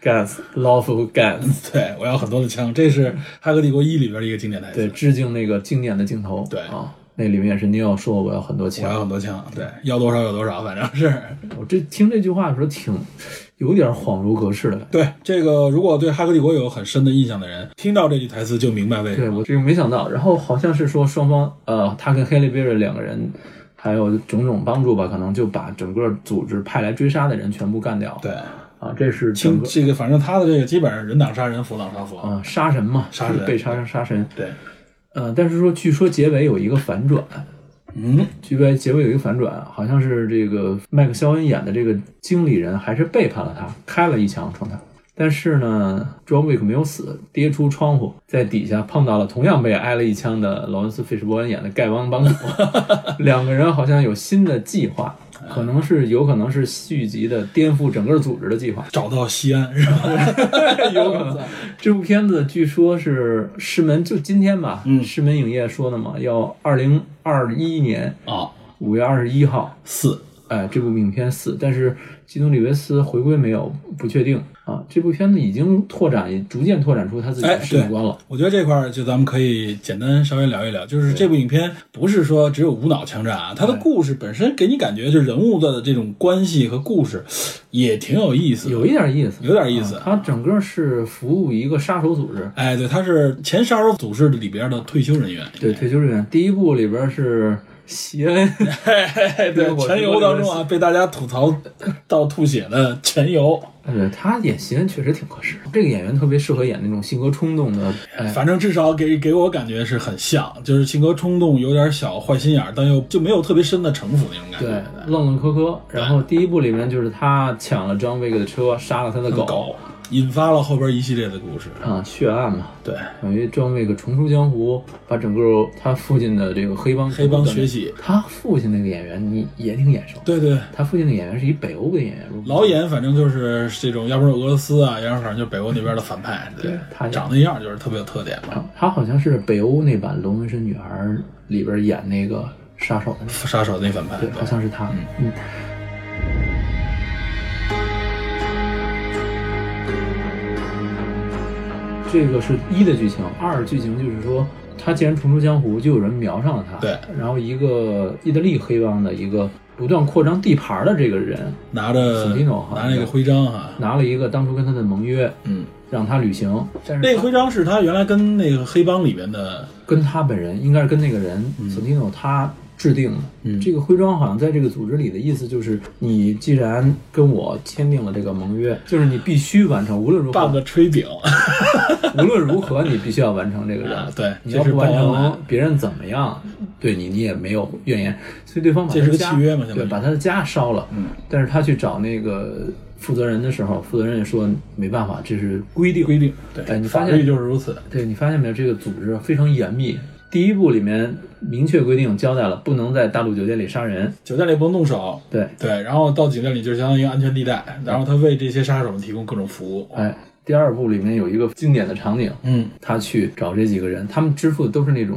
C: g u n s lawful guns”，
B: 对我要很多的枪，这是《哈格帝国一》里边的一个经典台
C: 对，
B: 词。
C: 致敬那个经典的镜头。
B: 对
C: 啊，那里面也是尼奥说我要很多
B: 我
C: 钱。
B: 要很多枪，对，要多少有多少，反正是
C: 我这听这句话的时候挺有点恍如隔世的感觉。
B: 对这个。如果对《哈格帝国》有很深的印象的人，听到这句台词就明白为什
C: 对
B: 么。
C: 我这个没想到，然后好像是说双方，呃，他跟黑利贝瑞两个人，还有种种帮助吧，可能就把整个组织派来追杀的人全部干掉。
B: 对，
C: 啊，这是整
B: 听
C: 个
B: 这个，反正他的这个基本上人挡杀人，佛挡杀佛。
C: 啊、杀神嘛，
B: 杀神
C: 被杀杀神。
B: 对，
C: 呃，但是说据说结尾有一个反转，
B: 嗯，
C: 据说结尾有一个反转，好像是这个麦克肖恩演的这个经理人还是背叛了他，开了一枪冲他。但是呢，John Wick 没有死，跌出窗户，在底下碰到了同样被挨了一枪的劳伦斯·费什伯恩演的丐帮帮主， 两个人好像有新的计划，可能是有可能是续集的颠覆整个组织的计划，
B: 找到西安是 吧？
C: 有可能。这部片子据说是狮门，就今天吧，
B: 嗯
C: 狮门影业说的嘛，要二零二一年
B: 啊，
C: 五月二十一号，
B: 四
C: 哎，这部影片四，但是基努里维斯回归没有，不确定啊。这部片子已经拓展，也逐渐拓展出他自己
B: 哎
C: 的世界
B: 对
C: 观了。
B: 我觉得这块儿就咱们可以简单稍微聊一聊，就是这部影片不是说只有无脑枪战啊，它的故事本身给你感觉就是人物的这种关系和故事也挺有意思的，
C: 有一点意思，
B: 有点意思
C: 啊它整个是服务一个杀手组织，
B: 哎，对，他是前杀手组织里边的退休人员，
C: 对退休人员。第一部里边是席 恩，
B: 哎，
C: 对
B: 对，
C: 我
B: 全游当中啊被大家吐槽到吐血的全游，
C: 对，呃他演席恩确实挺合适。这个演员特别适合演那种性格冲动的，哎，
B: 反正至少给给我感觉是很像，就是性格冲动，有点小坏心眼儿，但又就没有特别深的城府那种感觉。
C: 对，愣愣磕磕。然后第一部里面就是他抢了张 Wick 的车，杀了他的
B: 狗
C: 狗，
B: 狗引发了后边一系列的故事。
C: 啊，血案嘛，
B: 对，
C: 等于张 Wick 重出江湖，把整个他父亲的这个黑帮
B: 黑帮学。习，
C: 他父亲那个演员你也挺眼熟，
B: 对对，
C: 他父亲的演员是一北欧的演员，
B: 老演反正就是这种，要不是俄罗斯啊，要不然反正就是北欧那边的反派，对
C: 对他，
B: 长那样就是特别有特点嘛。
C: 啊，他好像是北欧那版《龙纹身女孩》里边演那个杀手的那个，
B: 杀手那反派，
C: 对，好像是他，嗯。这个是一的剧情，二剧情就是说，他既然重出江湖，就有人瞄上了他。
B: 对，
C: 然后一个意大利黑帮的一个不断扩张地盘的这个人，
B: 拿着
C: Sorrentino 好像
B: 拿那个徽章哈、
C: 拿了一个当初跟他的盟约，
D: 嗯，
C: 让他履行，但是
B: 那
C: 他
B: 个徽章是他原来跟那个黑帮里边的，
C: 跟他本人，应该是跟那个人索蒂诺他制定的。
B: 嗯
C: 这个徽章好像在这个组织里的意思就是，你既然跟我签订了这个盟约，就是你必须完成，无论如
B: 半
C: 何，
B: 个吹饼，
C: 无论如何，你必须要完成这个 任务。
B: 啊对
C: 你
B: 这
C: 要
B: 是
C: 不完
B: 报恩啊
C: 成，别人怎么样对你，你也没有怨言。所以对方把他
B: 这是
C: 的
B: 个
C: 家
B: 契约嘛相当于
C: 对，把他的家烧了。嗯，但是他去找那个负责人的时候，负责人也说没办法，这是规定。
B: 规定，对，
C: 哎你发
B: 法
C: 现
B: 律就是如此，
C: 对你发现没有，这个组织非常严密。第一步里面明确规定交代了，不能在大陆酒店里杀人。
B: 酒店里不能动手，
C: 对，
B: 对，然后到酒店里就是相当于一个安全地带，然后他为这些杀手们提供各种服务，
C: 哎，第二步里面有一个经典的场景，
B: 嗯，
C: 他去找这几个人，他们支付的都是那种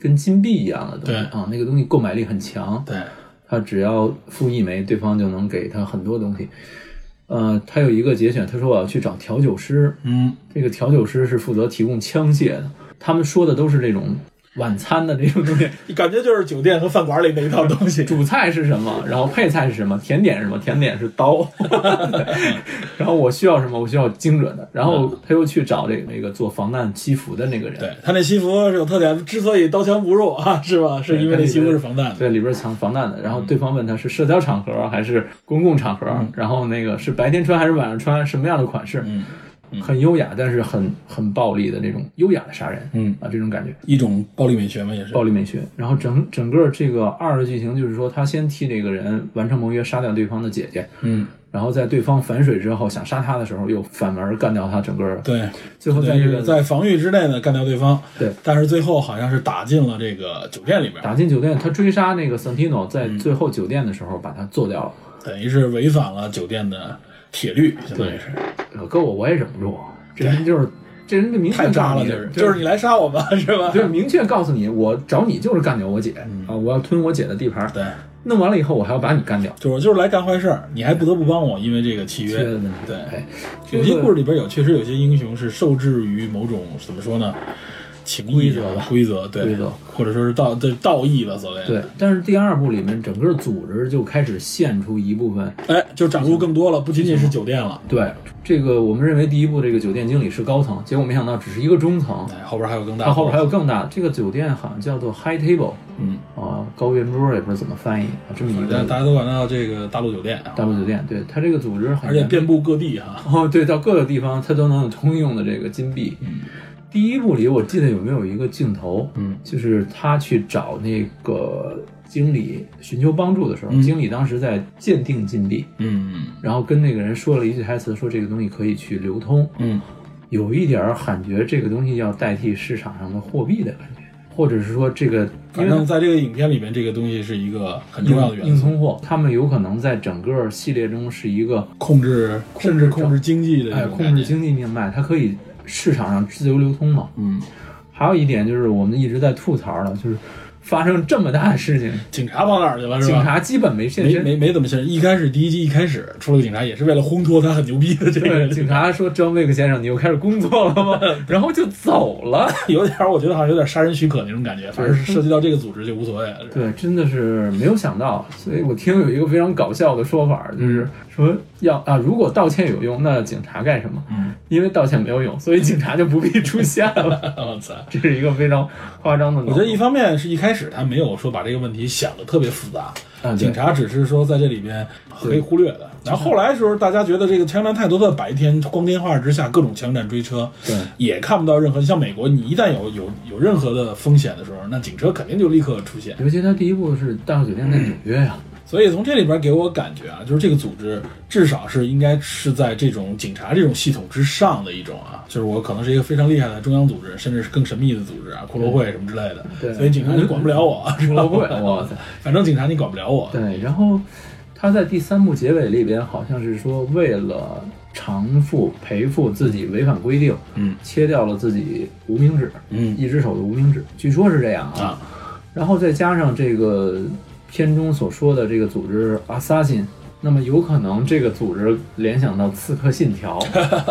C: 跟金币一样的东西
B: 对
C: 啊，那个东西购买力很强，
B: 对，
C: 他只要付一枚，对方就能给他很多东西。呃，他有一个节选，他说我要去找调酒师，
B: 嗯，
C: 这个调酒师是负责提供枪械的，他们说的都是这种晚餐的这种东西，
B: 感觉就是酒店和饭馆里那一套东 西，
C: 主菜是什么，然后配菜是什么，甜点是什么，甜点是刀， 然后我需要什么，我需要精准的，然后他又去找这个那个做防弹西服的那个人，
B: 嗯对他那西服是有特点，之所以刀枪不入啊，是吧？是因为那西服是防弹的，
C: 对，里边藏防弹的，
B: 嗯
C: 然后对方问他是社交场合还是公共场合，然后那个是白天穿还是晚上穿，什么样的款式，
B: 嗯
C: 很优雅，但是很很暴力的那种优雅的杀人，
B: 嗯
C: 啊，这种感觉。
B: 一种暴力美学嘛，也是
C: 暴力美学。然后整整个这个二的剧情就是说，他先替这个人完成盟约，杀掉对方的姐姐，
B: 嗯，
C: 然后在对方反水之后想杀他的时候，又反而干掉他整个。，
B: 对，
C: 最后在
B: 对
C: 这
B: 是
C: 个
B: 在防御之内呢干掉对方，
C: 对，
B: 但是最后好像是打进了这个酒店里面，
C: 打进酒店，他追杀那个 Santino，在
B: 嗯
C: 最后酒店的时候把他做掉了。
B: 等于是违反了酒店的铁律，相当于是
C: 呃搁我我也忍不住，啊这人就是这人就明确
B: 太渣
C: 告诉
B: 了，
C: 你
B: 就是就是你。来杀我吧，是吧？
C: 就是明确告诉你，我找你就是干掉我姐、
B: 嗯
C: 啊！我要吞我姐的地盘儿，
B: 对，
C: 弄完了以后，我还要把你干掉。
B: 就是我就是来干坏事儿，你还不得不帮我，因为这个契约
C: 契约的问题。
B: 对，
C: 哎，
B: 有
C: 这
B: 些
C: 个
B: 故事里边有，确实有些英雄是受制于某种怎么说呢，情义啊
C: 规则吧
B: 规则对
C: 规则
B: 或者说是道对道义吧所谓。
C: 对，，但是第二部里面整个组织就开始现出一部分。
B: 哎，就掌握更多了，不仅仅是酒店了，
C: 对，这个我们认为第一部这个酒店经理是高层，结果没想到只是一个中层，
B: 哎，后边还有更大的。
C: 啊它后边还有更大。这个酒店好像叫做 High Table，
B: 嗯，
C: 啊，高圆桌也不知道怎么翻译，啊这么一
B: 大
C: 个
B: 大家都管到这个大陆酒店啊，
C: 大陆酒店。对，它这个组织很
B: 而且
C: 严密
B: 遍布各地哈。
C: 哦，对，到各个地方它都能有通用的这个金币。第一部里我记得有没有一个镜头，
B: 嗯，
C: 就是他去找那个经理寻求帮助的时候，经理当时在鉴定金币，
B: 嗯
C: 然后跟那个人说了一句台词，说这个东西可以去流通。
B: 嗯，
C: 有一点儿感觉这个东西要代替市场上的货币的感觉，或者是说这个因
B: 反
C: 为
B: 正在这个影片里面，这个东西是一个很重要的元
C: 硬
B: 素，
C: 通货，他们有可能在整个系列中是一个
B: 控制甚至控制经济的这
C: 哎
B: 种
C: 控制
B: 概念。
C: 经济命脉，它可以市场上自由流通嘛。
B: 嗯，
C: 还有一点就是我们一直在吐槽的，就是发生这么大的事情，
B: 警察跑哪儿去了是
C: 警
B: 吧？
C: 察基本没现
B: 没
C: 身。
B: 没没怎么现身。一开始第一季一开始出了个警察，也是为了烘托他很牛逼的这个
C: 对，警察说：“张卫克先生，你又开始工作了吗？”然后就走了。
B: 有点儿，我觉得好像有点杀人许可那种感觉。反正涉及到这个组织就无所谓了。是吧
C: 对，真的是没有想到，所以我听有一个非常搞笑的说法，就是
B: 嗯
C: 说要啊，如果道歉有用，那警察干什么？
B: 嗯，
C: 因为道歉没有用，所以警察就不必出现 了。
B: 我操！
C: 这是一个非常夸张的脑洞。
B: 我觉得一方面是一开始他没有说把这个问题想的特别复杂，
C: 啊对
B: 警察只是说在这里边可以忽略的。然后后来的时候，大家觉得这个枪战太多的白天光天化日之下各种枪战追车，
C: 对
B: 也看不到任何像美国，你一旦有有有任何的风险的时候，那警车肯定就立刻出现。
C: 尤其他第一部是《大陆酒店在纽约》呀，
B: 所以从这里边给我感觉啊，就是这个组织至少是应该是在这种警察这种系统之上的一种啊，就是我可能是一个非常厉害的中央组织，甚至是更神秘的组织啊，骷髅会什么之类的。
C: 对
B: 所以警察你管不了 我，
C: 出
B: 嗯啊是
C: 了
B: 吧？
C: 柜，哇塞！
B: 反正警察你管不了我。
C: 对，然后他在第三部结尾里边好像是说，为了偿付赔付自己违反规定，
B: 嗯，
C: 切掉了自己无名指，
B: 嗯
C: 一只手的无名指，据说是这样啊。
B: 啊
C: 然后再加上这个片中所说的这个组织 assassin。那么有可能这个组织联想到《刺客信条》，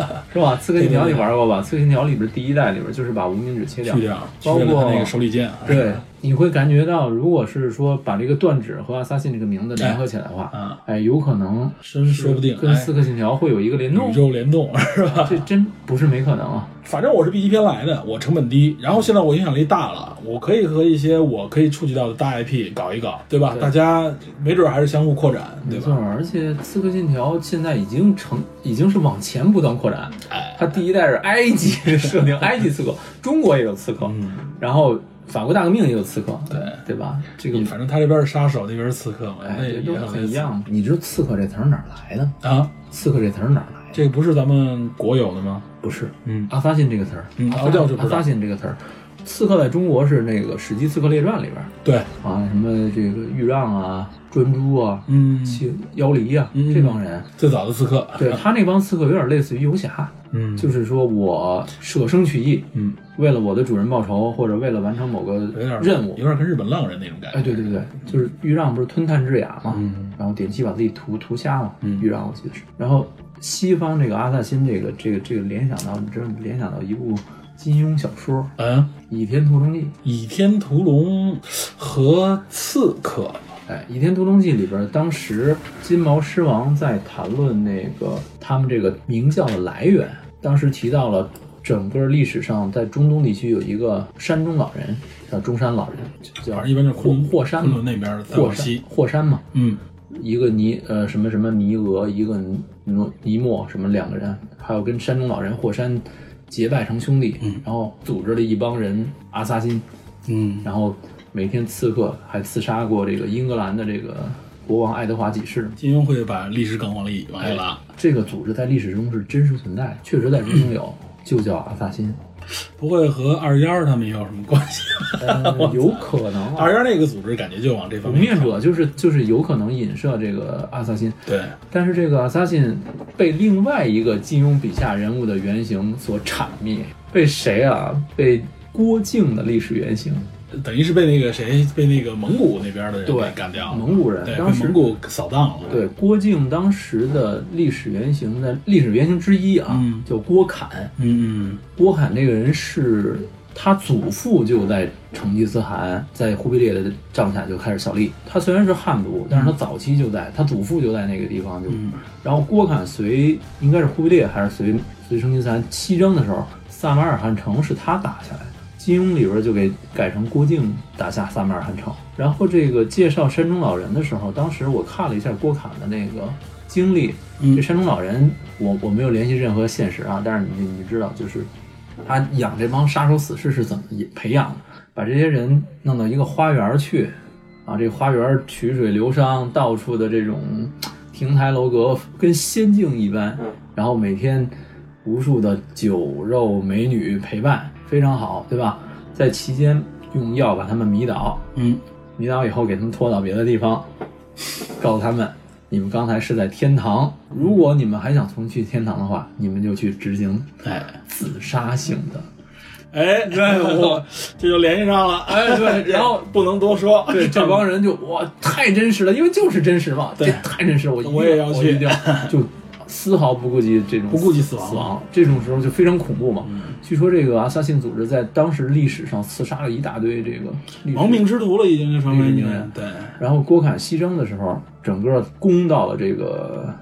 C: 是吧？《刺客信条》你玩过吧？《刺客信条》里边第一代里边就是把无名指切掉，
B: 去掉，去
C: 包括
B: 掉他那个手里剑啊。
C: 对，你会感觉到，如果是说把这个断指和阿萨辛这个名字联合起来的话，
B: 啊，
C: 哎，有可能
B: 真说不定
C: 跟
B: 哎
C: 《刺客信条》会有一个联动
B: 宇，宙联动 是吧？
C: 这真不是没可能啊。
B: 反正我是 B 级片来的，我成本低，然后现在我影响力大了，我可以和一些我可以触及到的大 IP 搞一搞，对吧？大家没准还是相互扩展，对
C: 没错
B: 吧？，
C: 而且《刺客信条》现在已经成已经是往前不断扩展，
B: 哎
C: 它第一代是埃及设定，埃及刺客，中国也有刺客，
B: 嗯
C: 然后法国大革命也有刺客，对对吧？这个
B: 反正他这边是杀手，那边是刺客嘛，那
C: 嗯哎，
B: 也
C: 这都
B: 很类
C: 很
B: 似
C: 一样。你知道“刺客”这词儿哪儿来的？
B: 啊。
C: 刺客这词儿哪儿来的？
B: 这个不是咱们国有的吗？
C: 不是，
B: 嗯
C: 阿萨辛这个词儿，
B: 嗯
C: 阿
B: 哦这我就不
C: 阿
B: 知道
C: 萨辛这个词儿，刺客在中国是那个《史记·刺客列传》里边儿
B: 对，
C: 啊，什么这个豫让啊、专诸啊、
B: 嗯
C: 七妖离啊
B: 嗯
C: 这帮人，
B: 最早的刺客，
C: 对他那帮刺客有点类似于游侠，
B: 嗯
C: 就是说我舍生取义，
B: 嗯，
C: 为了我的主人报仇，或者为了完成某个
B: 有点
C: 任务
B: 有。点跟日本浪人那种感觉。
C: 哎，对对对，就是豫让不是吞炭治雅嘛，
B: 嗯
C: 然后点击把自己涂涂瞎嘛，
B: 嗯
C: 豫让我记得是。然后西方这个阿萨辛这个这个这个联想到，你知道联想到一部金庸小说《
B: 嗯，
C: 倚天屠龙记》。
B: 倚天屠龙和刺客，
C: 哎，《倚天屠龙记》里边，当时金毛狮王在谈论那个他们这个名叫的来源，当时提到了整个历史上在中东地区有一个山中老人，叫中山老人，就
B: 反
C: 叫
B: 正一般就是
C: 霍
B: 昆
C: 霍山
B: 昆
C: 嘛
B: 仑，那边的再
C: 霍
B: 呃往
C: 山
B: 西。
C: 霍山嘛，
B: 嗯，
C: 一个尼呃什么什么尼俄，一个尼尼莫什么两个人，还有跟山中老人霍山结拜成兄弟，然后组织了一帮人阿萨辛，
B: 嗯，
C: 然后每天刺客还刺杀过这个英格兰的这个国王爱德华几世。
B: 金庸会把历史梗往里
C: 哎
B: 往里拉。
C: 这个组织在历史中是真实存在的，确实在中东有，
B: 嗯
C: 就叫阿 萨辛，
B: 不会和二幺他们有什么关系？
C: 呃有可能 啊。
B: 二幺那个组织感觉就往这方
C: 毁
B: 面
C: 灭
B: 靠。
C: 者就是就是有可能引射这个阿萨辛，
B: 对，
C: 但是这个阿萨辛被另外一个金庸笔下人物的原型所铲灭，被谁啊？被郭靖的历史原型，
B: 等于是被那个谁，被那个蒙古那边的人
C: 对
B: 给干掉了。
C: 蒙古人
B: 对，被
C: 当时
B: 蒙古扫荡了。，
C: 对，郭靖当时的历史原型的历史原型之一啊，
B: 嗯
C: 叫郭侃。
B: 嗯
C: 郭侃这个人是他祖父就在成吉思汗在忽必烈的帐下就开始效力。他虽然是汉族，但是他早期就在他祖父就在那个地方就。
B: 嗯
C: 然后郭侃随应该是忽必烈还是随随成吉思汗西征的时候，萨马尔汗城是他打下来的。金庸里边就给改成郭靖打下萨马尔汗城。然后这个介绍山中老人的时候，当时我看了一下郭侃的那个经历，
B: 嗯
C: 这山中老人，我我没有联系任何现实啊，但是你你知道，就是他养这帮杀手死士是怎么培养的？把这些人弄到一个花园儿去，啊，这个花园儿曲水流觞，到处的这种亭台楼阁跟仙境一般，然后每天无数的酒肉美女陪伴，非常好，对吧？在期间用药把他们迷倒，
B: 嗯
C: 迷倒以后给他们拖到别的地方，告诉他们，你们刚才是在天堂，如果你们还想重去天堂的话，你们就去执行
B: 嗯，哎
C: 自杀性的。
B: 哎，对
C: 我
B: 这就联系上了。哎，对，
C: 然后
B: 不能多说。
C: 对，这帮人就哇，太真实了，因为就是真实嘛，这
B: 对
C: 太真实了，我一定
B: 我也要去
C: 我 一定要就丝毫不顾及这种
B: 不顾及死亡嗯
C: 死亡，这种时候就非常恐怖嘛。据说这个阿萨辛组织在当时历史上刺杀了一大堆这个历史
B: 亡命之徒了，已经就成为你们对，
C: 然后郭侃西征的时候，整个攻到了这个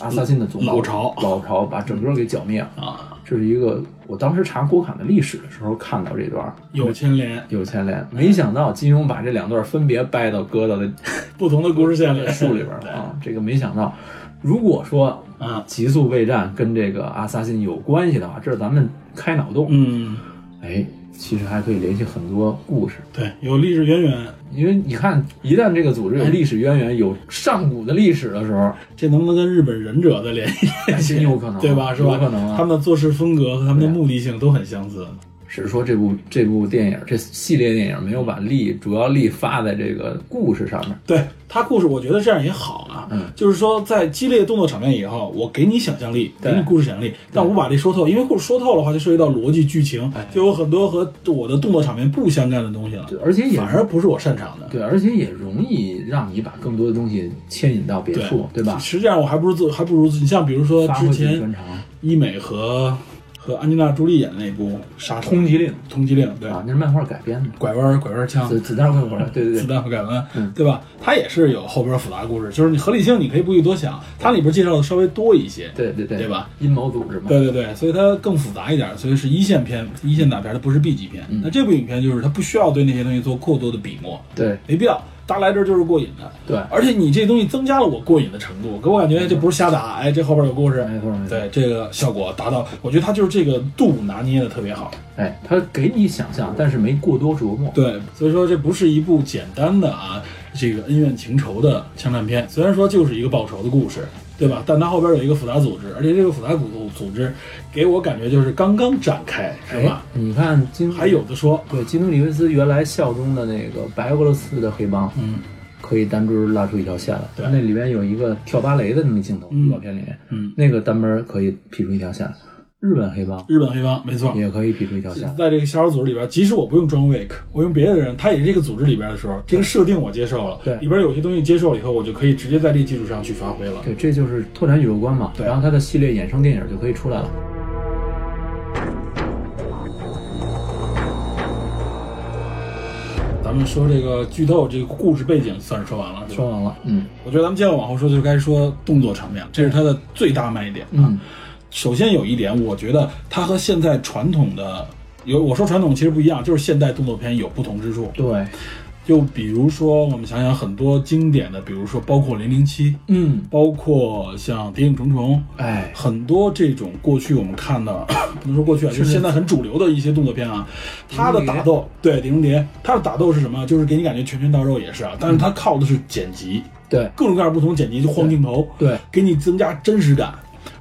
C: 阿萨辛的总部
B: 老巢
C: 老巢把整个给剿灭了。
B: 啊，
C: 这是一个我当时查郭侃的历史的时候看到这段
B: 有牵连，
C: 有牵连，没想到金庸把这两段分别掰到搁到了
B: 不同的故事线里，
C: 树里边儿啊，这个没想到。如果说
B: 啊，
C: 极速备战跟这个阿萨辛有关系的话，这是咱们开脑洞，
B: 嗯，
C: 哎，其实还可以联系很多故事。
B: 对，有历史渊源，
C: 因为你看，一旦这个组织有历史渊源、有上古的历史的时候，
B: 这能不能跟日本忍者的联系？
C: 哎真有可能，
B: 对吧？是吧？
C: 有可能啊。
B: 他们的做事风格和他们的目的性都很相似。
C: 只是说这部这部电影这系列电影没有把力主要力发在这个故事上面，
B: 对他故事，我觉得这样也好啊。
C: 嗯
B: 就是说，在激烈动作场面以后，我给你想象力，
C: 对
B: 给你故事想象力，但我把这说透，因为故事说透的话，就涉及到逻辑、剧情，就有很多和我的动作场面不相干的东西了，
C: 哎对而且也
B: 反而不是我擅长的。
C: 对，而且也容易让你把更多的东西牵引到别
B: 啊
C: 处，对吧？
B: 实际上，我还不如做，还不如你像比如说
C: 发挥
B: 之
C: 自己专
B: 前
C: 长，
B: 医美和和和安吉娜·朱莉演的那部《杀手
C: 通缉令
B: 通缉令》，对，
C: 啊，那是漫画改编的，
B: 拐弯儿拐弯儿枪，
C: 子子弹会回来，对对
B: 子
C: 对，
B: 弹和改弯，
C: 嗯
B: 对吧？它也是有后边复杂故事，就是你合理性你可以不去多想，它里边介绍的稍微多一些，
C: 对对对，
B: 对吧？
C: 阴谋组织嘛，
B: 对对对，所以它更复杂一点，所以是一线片、一线大片，它不是 B 级片。那这部影片就是它不需要对那些东西做过多的笔墨，
C: 对
B: 没必要，大家来这儿就是过瘾的。
C: 对，
B: 而且你这东西增加了我过瘾的程度，给我感觉这不是瞎打，哎，这后边有故事，
C: 没错没错
B: 对这个效果达到，我觉得它就是这个度拿捏的特别好。
C: 哎，他给你想象，但是没过多琢磨，
B: 对，所以说这不是一部简单的啊，这个恩怨情仇的枪战片。虽然说就是一个报仇的故事，对吧？但它后边有一个复杂组织，而且这个复杂组组织给我感觉就是刚刚展开，是
C: 哎
B: 吧？，
C: 你看金
B: 还有的说，
C: 对基努里维斯原来效忠的那个白俄罗斯的黑帮，
B: 嗯，
C: 可以单根拉出一条线来。
B: 对
C: 那里边有一个跳芭蕾的那么一镜头，
B: 嗯
C: 预告片里面，
B: 嗯，
C: 那个单根可以劈出一条线来。日本黑帮
B: 日本黑帮没错，
C: 也可以劈出一条线来。
B: 在这个小组织里边，即使我不用 John Wick，我用别的人，他也是这个组织里边的时候，这个设定我接受了，
C: 对
B: 里边有些东西接受了以后，我就可以直接在这基础上去发挥了。
C: 对，这就是拓展宇宙观嘛。
B: 对
C: 然后它的系列衍生电影就可以出来了。
B: 咱们说这个剧透，这个故事背景算是说完了，是吧啊
C: 说完了，嗯
B: 我觉得咱们接着往后说，就该说动作场面，这是它的最大卖点。啊
C: 嗯，
B: 首先有一点，我觉得它和现在传统的有我说传统其实不一样，就是现代动作片有不同之处。
C: 对，
B: 就比如说，我们想想很多经典的，比如说包括《零零七》，
C: 嗯，
B: 包括像《谍影重重》，
C: 哎，
B: 很多这种过去我们看到， 不能说过去啊，就是现在很主流的一些动作片啊，它的打斗，对《碟中谍》，它的打斗是什么？就是给你感觉拳拳到肉也是啊，但是它靠的是剪辑，
C: 对
B: 各种各样不同的剪辑，就晃镜头，
C: 对，
B: 给你增加真实感，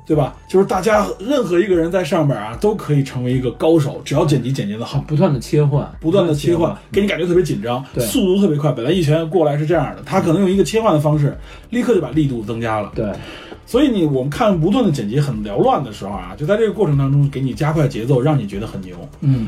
B: 对吧？就是大家任何一个人在上边啊，都可以成为一个高手，只要剪辑剪辑的好。
C: 不断的切换，
B: 不断的嗯切换，给你感觉特别紧张，
C: 对
B: 速度特别快。本来一拳过来是这样的，他可能用一个切换的方式，立刻就把力度增加了。
C: 对，
B: 所以你我们看不断的剪辑很缭乱的时候啊，就在这个过程当中给你加快节奏，让你觉得很牛。
C: 嗯，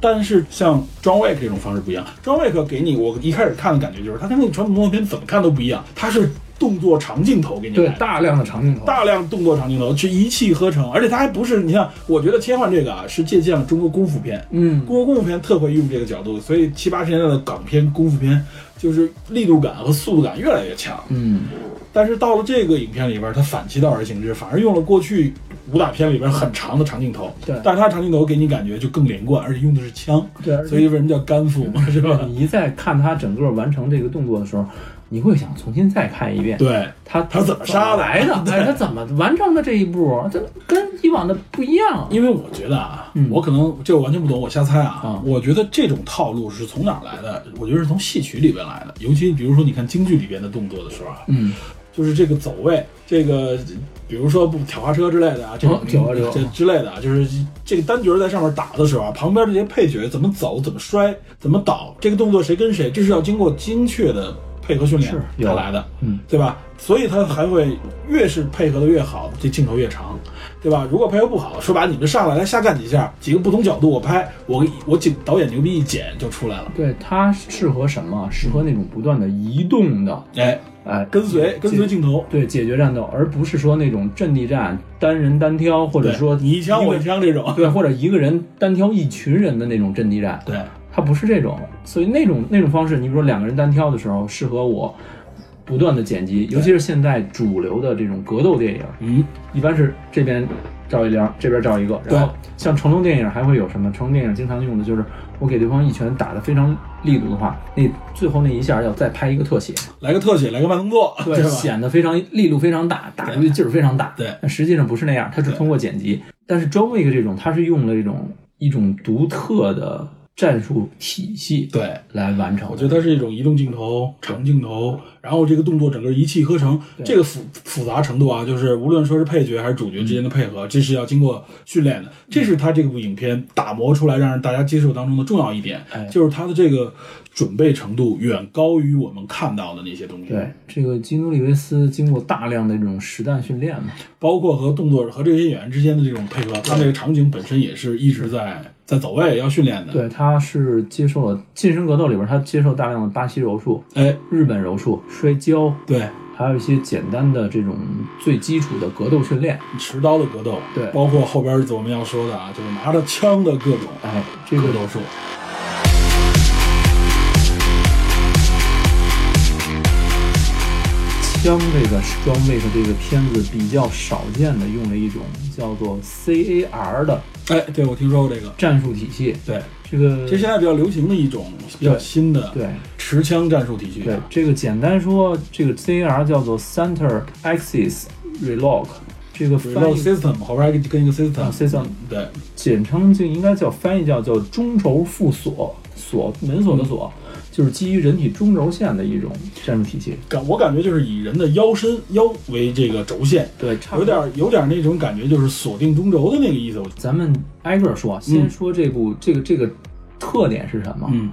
B: 但是像 John Wick 这种方式不一样，John Wick 给你我一开始看的感觉就是，它跟那个传统动作片怎么看都不一样，它是动作长镜头给你
C: 对，
B: 来的。
C: 大量的长镜头，
B: 大量动作长镜头去一气呵成，而且它还不是你像，我觉得切换这个啊是借鉴了中国功夫片，
C: 嗯，
B: 中国功夫片特会用这个角度，所以七八十年代的港片功夫片就是力度感和速度感越来越强。
C: 嗯，
B: 但是到了这个影片里边，它反其道而行之，反而用了过去武打片里边很长的长镜头。
C: 对
B: 但是它长镜头给你感觉就更连贯，而且用的是枪，
C: 对，而且嗯
B: 所以为什么叫干腹嘛，是吧？
C: 你一再看他整个完成这个动作的时候，你会想重新再看一遍，
B: 对，
C: 他
B: 他怎么杀的
C: 来的？哎，他怎么完成的这一步？这跟以往的不一样。
B: 因为我觉得啊，
C: 嗯
B: 我可能这我完全不懂，我瞎猜啊。
C: 啊
B: 我觉得这种套路是从哪儿来的？我觉得是从戏曲里边来的，尤其比如说你看京剧里边的动作的时候啊，
C: 嗯，
B: 就是这个走位，这个比如说不挑花车之类的啊，这种
C: 哦挑花车
B: 这之类的啊，就是这个单角在上面打的时候啊，旁边这些配角怎么走、怎么摔、怎么倒，这个动作谁跟谁，这是要经过精确的配合训练
C: 是有
B: 才来的，
C: 嗯，
B: 对吧？所以他还会越是配合的越好，这镜头越长，对吧？如果配合不好，说白了你们上来来瞎干几下，几个不同角度我拍，我我剪导演牛逼一剪就出来了，
C: 对，它适合什么？适合那种不断的移动的，
B: 哎，
C: 哎，
B: 跟随跟随
C: 解。
B: 镜头。
C: 对，解决战斗，而不是说那种阵地战，单人单挑，或者
B: 对，
C: 说
B: 你一枪我一
C: 个
B: 枪这种，
C: 对，或者一个人单挑一群人的那种阵地战。
B: 对，
C: 它不是这种，所以那种那种方式，你比如说两个人单挑的时候，适合我不断的剪辑，尤其是现在主流的这种格斗电影，
B: 嗯，
C: 一般是这边照一梁，这边照一个，然后像成龙电影还会有什么？成龙电影经常用的就是我给对方一拳打得非常力度的话，那最后那一下要再拍一个特写，
B: 来个特写，来个慢动作，
C: 对，
B: 吧？
C: 显得非常力度非常大，打出去劲儿非常大。
B: 对
C: 但实际上不是那样，它是
B: 对
C: 通过剪辑。但是 John Wick 这种，它是用了一种一种独特的战术体系，
B: 对，
C: 来完成的。
B: 我觉得它是一种移动镜头、长镜头，然后这个动作整个一气呵成，这个复复杂程度啊，就是无论说是配角还是主角之间的配合，这是要经过训练的。这是他这部影片打磨出来让大家接受当中的重要一点，
C: 哎
B: 就是他的这个准备程度远高于我们看到的那些东西，
C: 对这个基努里维斯经过大量的这种实弹训练嘛，
B: 包括和动作和这些演员之间的这种配合，他这个场景本身也是一直在在走位要训练的。，
C: 对，他是接受了《近身格斗》里边，他接受大量的巴西柔术、
B: 哎，
C: 日本柔术、摔跤，
B: 对，
C: 还有一些简单的这种最基础的格斗训练。
B: 持刀的格斗，
C: 对
B: 包括后边我们要说的啊，就是拿着枪的各种
C: 哎，这个
B: 格斗术。
C: 枪这个装备的这个片子比较少见的，用了一种叫做 CAR 的
B: 哎，对，我听说过这个。
C: 战术体系。
B: 对，
C: 这个
B: 这是现在比较流行的一种比较新的
C: 对
B: 持枪战术体系。
C: 对，这个简单说，这个 CAR 叫做 Center Axis Relock，这个
B: r e
C: 翻
B: l o
C: 译
B: system 后边还跟一个 system
C: 啊 system
B: 对，
C: 简称就应该叫翻译叫叫中轴附锁锁门
B: 嗯
C: 锁的锁，就是基于人体中轴线的一种战术体系。
B: 感我感觉就是以人的腰身腰为这个轴线，
C: 对，差
B: 有。点有点那种感觉，就是锁定中轴的那个意思。我
C: 咱们挨个儿说，啊先说这部、这个这个特点是什么？
B: 嗯，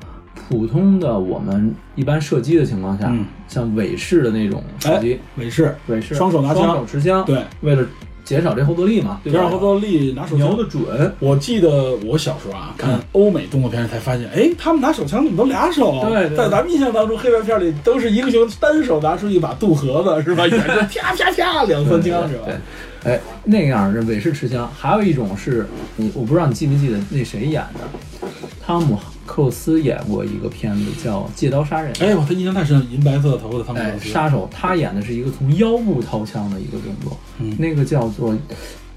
C: 普通的我们一般射击的情况下，
B: 嗯
C: 像尾式的那种射
B: 哎
C: 击，，
B: 美式
C: 尾式
B: 双手拿枪
C: 双手持枪，，
B: 对，
C: 为了减少这后坐力嘛，对
B: 别让后
C: 吧？
B: 坐力拿手
C: 瞄
B: 枪
C: 的。准，
B: 我记得我小时候啊，看欧美动作片才发现，哎，他们拿手枪怎么都俩手？
C: 对对
B: 在咱们印象当中，黑白片里都是英雄单手拿出一把肚盒子，是吧？一来就啪啪啪两三枪，是吧
C: 对？对，哎，那样的尾式持枪，还有一种是你，我不知道你记没记得那谁演的，汤姆克鲁斯演过一个片子叫《借刀杀人》，
B: 哎，我他印象太深了，银白色的头发的汤姆克
C: 哎，
B: 鲁斯，
C: 杀手他演的是一个从腰部掏枪的一个动作，
B: 嗯
C: 那个叫做。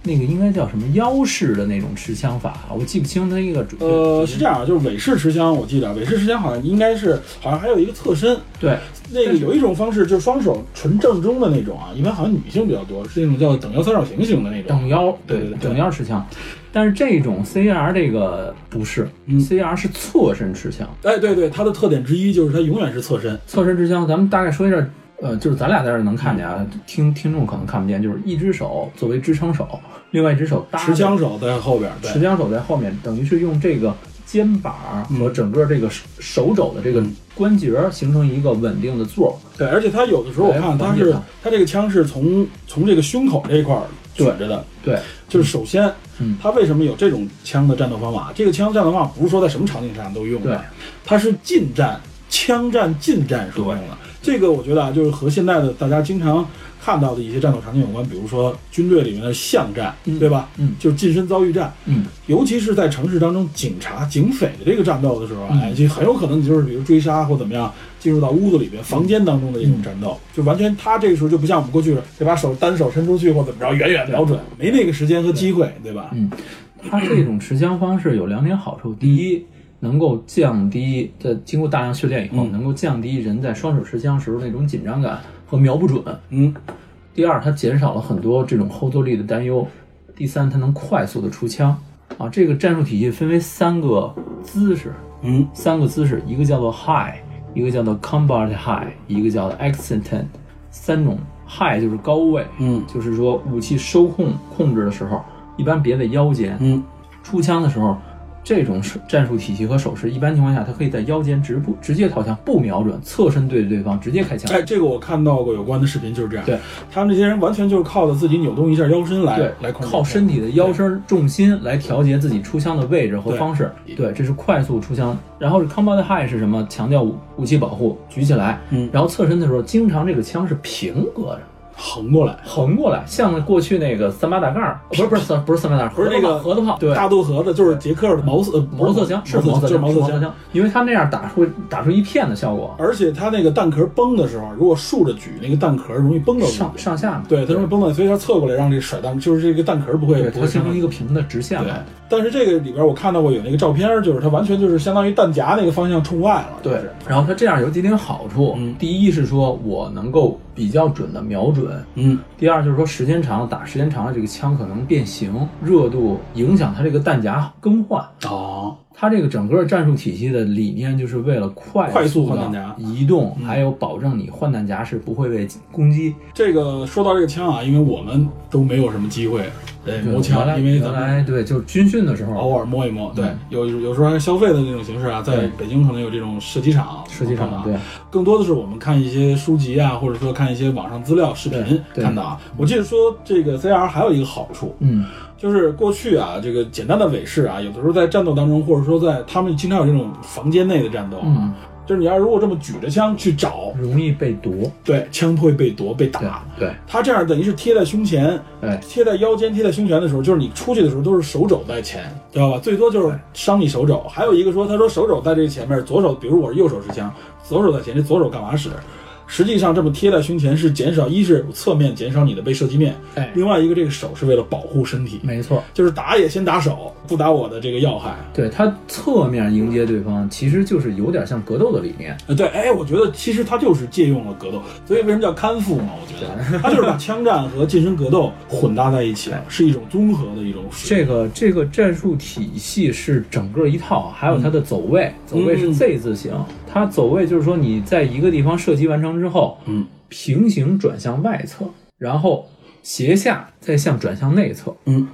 C: 那个应该叫什么腰式的那种持枪法，啊我记不清他那个准确。
B: 呃，是这样，啊，就是尾式持枪，我记得尾啊式持枪好像应该是，好像还有一个侧身，
C: 对，
B: 那个有一种方式就是双手纯正中的那种啊，一般好像女性比较多，是那种叫等腰三角形型的那种。
C: 等腰，
B: 对对对
C: 等腰持枪。但是这种 CR 这个不是、c
B: 嗯
C: r 是侧身持枪。
B: 哎，对对，它的特点之一就是它永远是侧身。
C: 侧身持枪，咱们大概说一下，呃，就是咱俩在这儿能看见啊，
B: 嗯
C: 听听众可能看不见，就是一只手作为支撑手，另外一只手搭着
B: 持枪，手在后边，
C: 持
B: 对，
C: 枪手在后面，等于是用这个肩膀
B: 嗯
C: 和整个这个手手肘的这个关节儿形成一个稳定的座儿。
B: 对，而且它有的时候我看
C: 哎
B: 它
C: 往
B: 是
C: 里打
B: 它这个枪是从从这个胸口这一块儿举着的，
C: 对，
B: 就是首先
C: 嗯，
B: 它为什么有这种枪的战斗方法？这个枪战斗方法不是说在什么场景上都用
C: 对
B: 的，它是近战、枪战、近战所用的。这个我觉得啊，就是和现在的大家经常看到的一些战斗场景有关，比如说军队里面的巷战，
C: 嗯
B: 对吧？
C: 嗯
B: 就是近身遭遇战，
C: 嗯，
B: 尤其是在城市当中，警察、警匪的这个战斗的时候啊，
C: 嗯
B: 哎，就很有可能你就是比如追杀或怎么样，进入到屋子里边、房间当中的一种战
C: 嗯
B: 斗，就完全他这个时候就不像我们过去得把手单手伸出去或怎么着，远远瞄准，没那个时间和机会，对吧？
C: 嗯，它这种持枪方式有两点好处：第一，能够降低在经过大量训练以后，
B: 嗯
C: 能够降低人在双手持枪时候那种紧张感和瞄不准；
B: 嗯，
C: 第二，它减少了很多这种后坐力的担忧；第三，它能快速的出枪。啊，这个战术体系分为三个姿势，
B: 嗯，
C: 三个姿势，一个叫做 high，一个叫做 combat high，一个叫做 accident，三种 high 就是高位，
B: 嗯
C: 就是说武器收控控制的时候，一般别在腰间，
B: 嗯，
C: 出枪的时候，这种手战术体系和手势，一般情况下，它可以在腰间直不直接掏枪，不瞄准，侧身对着对方直接开枪。
B: 哎，这个我看到过有关的视频，就是这样。
C: 对，
B: 他们这些人完全就是靠着自己扭动一下腰身来
C: 对，
B: 来控制
C: 靠身体的腰身重心来调节自己出枪的位置和方式。
B: 对
C: 对，这是快速出枪。然后是 combat high 是什么？强调武武器保护，举起来。
B: 嗯
C: 然后侧身的时候，经常这个枪是平搁着。
B: 横过来，
C: 横过来，像过去那个三八大盖儿，不是不是三不是三八大盖儿，
B: 不是那个
C: 盒子炮，对，
B: 大肚盒子就是捷克的毛瑟呃不
C: 毛
B: 是
C: 瑟枪
B: 是
C: 毛
B: 毛
C: 瑟
B: 就是
C: 枪，
B: 毛
C: 是
B: 瑟
C: 毛瑟
B: 枪。
C: 枪，因为它那样打出打出一片的效果，
B: 而且它那个弹壳崩的时候，如果竖着举，那个弹壳容易崩到
C: 上
B: 你。
C: 上下嘛，
B: 对，它容易崩到你，所以它侧过来让这个甩弹，就是这个弹壳不会
C: 对，
B: 不
C: 它
B: 会
C: 形成一
B: 个。
C: 个平的直线
B: 对
C: 来。，
B: 但是这个里边我看到过有那个照片，就是它完全就是相当于弹夹那个方向冲外了。就
C: 对
B: 是，
C: 然后它这样有几点好处，
B: 嗯
C: 第一是说我能够比较准的瞄准，
B: 嗯，
C: 第二就是说时间长了打时间长了这个枪可能变形，热度影响它这个弹夹更换。
B: 哦，
C: 它这个整个战术体系的理念就是为了快
B: 快速
C: 地
B: 换弹夹
C: 移动，还有保证你换弹夹是不会被攻击。
B: 这个说到这个枪啊，因为我们都没有什么机会呃
C: 对
B: 摸
C: 原来
B: 枪，因为咱
C: 嗯原
B: 们
C: 来对就是军训的时候
B: 偶尔摸一摸，对
C: 嗯，
B: 有有时候还消费的那种形式啊，在
C: 对
B: 北京可能有这种射击场，
C: 射击场
B: 啊
C: 对，
B: 更多的是我们看一些书籍啊，或者说看一些网上资料、视频
C: 对对
B: 看到啊。我记得说这个 CR 还有一个好处，
C: 嗯，
B: 就是过去啊，这个简单的伪式啊，有的时候在战斗当中，或者说在他们经常有这种房间内的战斗啊，
C: 嗯
B: 就是你要如果这么举着枪去找，
C: 容易被夺。
B: 对，枪会被夺被打。
C: 对
B: 他这样等于是贴在胸前，
C: 对
B: 贴在腰间、贴在胸前的时候，就是你出去的时候都是手肘在前，知道吧？最多就是伤你手肘。还有一个说，他说手肘在这前面，左手，比如我是右手持枪，左手在前，这左手干嘛使？实际上这么贴在胸前是减少，一是侧面减少你的被射击面，
C: 哎
B: 另外一个这个手是为了保护身体，
C: 没错，
B: 就是打也先打手，不打我的这个要害。
C: 对他侧面迎接对方，其实就是有点像格斗的理念。
B: 呃，对，哎，我觉得其实他就是借用了格斗，所以为什么叫康复嘛？我觉得他就是把枪战和近身格斗混搭在一起了，是一种综合的一种水
C: 这个这个战术体系是整个一套，还有它的走位，
B: 嗯
C: 走位是 Z 字形，它走位就是说你在一个地方射击完成之后，
B: 嗯，
C: 平行转向外侧，然后斜下再向转向内侧。
B: 嗯，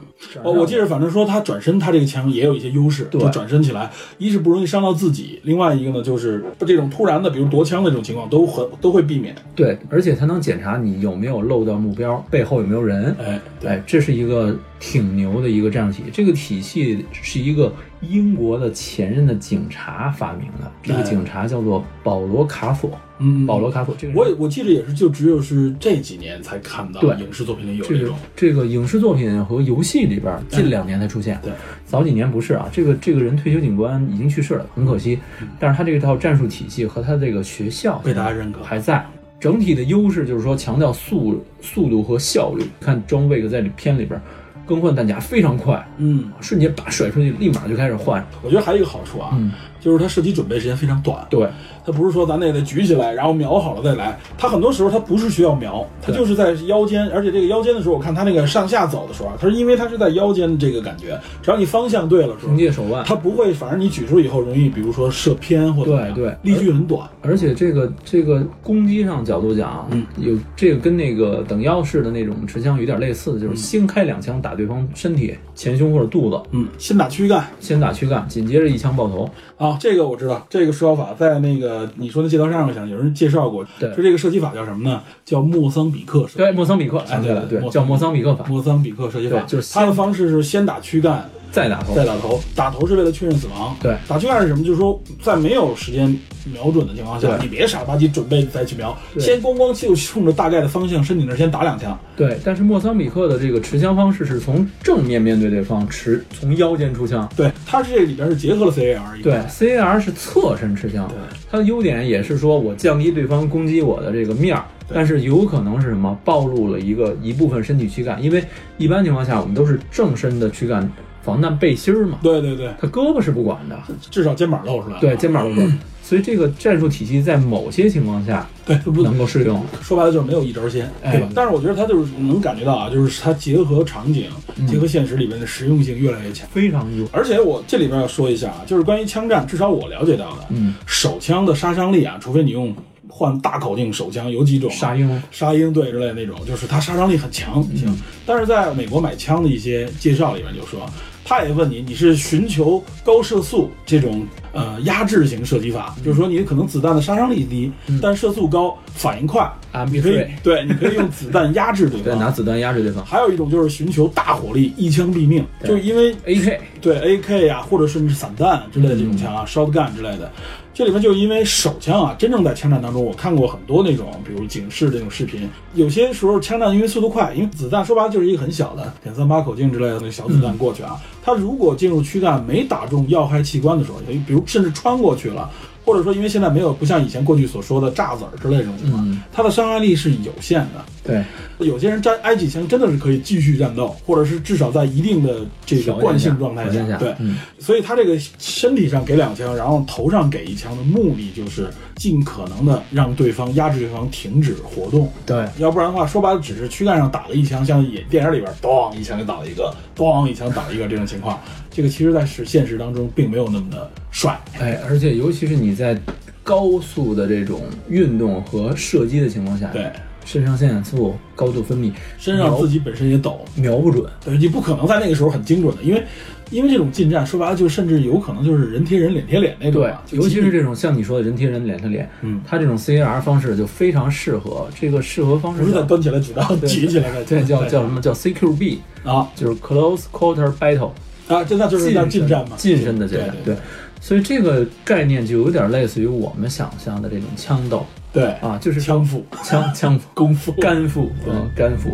B: 我我记得，反正说他转身，他这个枪也有一些优势。
C: 对
B: 他转身起来，一是不容易伤到自己，另外一个呢，就是这种突然的，比如夺枪的这种情况，都很都会避免。
C: 对，而且它能检查你有没有漏掉目标，背后有没有人。
B: 哎，对，
C: 哎，这是一个挺牛的一个战术体系。这个体系是一个英国的前任的警察发明的，这个
B: 哎
C: 警察叫做保罗·卡索。
B: 嗯，
C: 保罗·卡索，这个人
B: 我也我记得也是，就只有是这几年才看到
C: 对
B: 影视作品里有
C: 这
B: 这
C: 个
B: 种。
C: 这个影视作品和游戏里边儿近两年才出现，
B: 对，
C: 早几年不是啊。这个这个人退休警官已经去世了，很可惜。但是他这套战术体系和他这个学校
B: 嗯被大家认可。
C: 还在，整体的优势就是说强调速速度和效率。看装备在这片里边儿更换弹夹非常快，
B: 嗯，
C: 瞬间把甩出去，立马就开始换。
B: 我觉得还有一个好处啊，
C: 嗯
B: 就是它射击准备时间非常短。
C: 对
B: 它不是说咱那得举起来，然后瞄好了再来。它很多时候它不是需要瞄，它
C: 对
B: 就是在腰间，而且这个腰间的时候，我看它那个上下走的时候啊，它是因为它是在腰间这个感觉，只要你方向对了之后
C: 凭，借手腕。
B: 它不会，反正你举出以后容易，比如说射偏或者
C: 对对
B: 力距很短。
C: 而且这个这个攻击上角度讲啊，
B: 嗯
C: 有这个跟那个等腰式的那种持枪有点类似，就是先开两枪打对方身体、前胸或者肚子，
B: 嗯，先打躯干
C: 先打躯干，紧接着一枪爆头。
B: 啊，这个我知道，这个说法在那个你说那介绍上面想有人介绍过，
C: 对
B: 说这个射击法叫什么呢？叫莫桑比克射。
C: 对，莫桑比克想起来了，
B: 啊对
C: 对
B: 对，
C: 叫莫桑比克法，
B: 莫桑比克射击法
C: 对就是先
B: 它的方式是先打躯干，
C: 再打头。
B: 再打头，打头是为了确认死亡。
C: 对
B: 打躯干是什么？就是说在没有时间瞄准的情况下，
C: 对
B: 你别傻吧唧准备再去瞄，
C: 对
B: 先咣咣就冲着大概的方向身体那儿先打两枪。
C: 对，但是莫桑比克的这个持枪方式是从正面面对对方持，从腰间出枪。
B: 对，它是这里边是结合了 CAR 一
C: 对
B: 个。
C: ，CAR 是侧身持枪，它的优点也是说我降低对方攻击我的这个面儿，
B: 对
C: 但是有可能是什么暴露了一个一部分身体躯干，因为一般情况下我们都是正身的躯干防弹背心儿嘛，
B: 对对对，
C: 他胳膊是不管的，
B: 至少肩膀露出来了。
C: 对，肩膀不管，所以这个战术体系在某些情况下
B: 对，
C: 不能够适用。
B: 说白了就是没有一招鲜，
C: 哎
B: 对吧？但是我觉得它就是能感觉到啊，就是它结合场景、
C: 嗯
B: 结合现实里面的实用性越来越强。
C: 非常优，
B: 而且我这里边要说一下啊，就是关于枪战，至少我了解到的，
C: 嗯，
B: 手枪的杀伤力啊，除非你用换大口径手枪，有几种啊
C: 杀鹰嗯
B: 沙鹰队之类的那种，就是它杀伤力很强。行，但是在美国买枪的一些介绍里面就说，他也问你，你是寻求高射速这种呃压制型射击
C: 嗯
B: 法，就是说你可能子弹的杀伤力低，但是射速高，反应快，你可以
C: MB3，
B: 对，你可以用子弹压制对
C: 啊 对，
B: 方。
C: 拿子弹压制对方
B: 还有一种就是寻求大火力，一枪毙命，
C: 对
B: 就是因为
C: ，AK
B: 对 AK 啊，或者甚至散弹之类的这种枪啊、s h o t g u n 之类的，这里面就因为手枪啊，真正在枪战当中，我看过很多那种，比如警示这种视频，有些时候枪战因为速度快，因为子弹说白了就是一个很小的点三八口径之类的那小子弹过去啊，它如果进入躯干没打中要害器官的时候，比如甚至穿过去了。或者说，因为现在没有不像以前过去所说的炸子儿之类这种情况，
C: 嗯
B: 它的伤害力是有限的。
C: 对，
B: 有些人站挨几枪真的是可以继续战斗，或者是至少在一定的这个
C: 条件下
B: 惯性状态
C: 条件下
B: 对，
C: 嗯
B: 所以他这个身体上给两枪，然后头上给一枪的目的就是尽可能的让对方压制对方停止活动，
C: 对，
B: 要不然的话，说白了只是躯干上打了一枪，像演电影里边咚一枪就打了一个，咚一枪打了一个这种情况，这个其实在实现实当中并没有那么的帅，
C: 哎，而且尤其是你在高速的这种运动和射击的情况下，
B: 对，
C: 肾上腺素高度分泌，
B: 身上自己本身也抖，
C: 瞄不准。
B: 对呃你不可能在那个时候很精准的，因为因为这种近战，说白了就甚至有可能就是人贴人、脸贴脸那种
C: 对
B: 啊，，就
C: 尤其
B: 你
C: 是这种像你说的人贴人脸贴脸，
B: 嗯
C: 它这种 CAR 方式就非常适合。这个适合方 式
B: 不是
C: 叫
B: 在端起来举刀
C: 对
B: 举起来的，
C: 对叫叫什么叫 CQB，
B: 啊
C: 就是 Close Quarter Battle，
B: 啊，这那就是叫近战嘛，
C: 近身的这个
B: 对对
C: 对。所以这个概念就有点类似于我们想象的这种枪斗
B: 对
C: 啊，就是
B: 枪腹
C: 枪枪
B: 功夫
C: 干腹，嗯，干腹。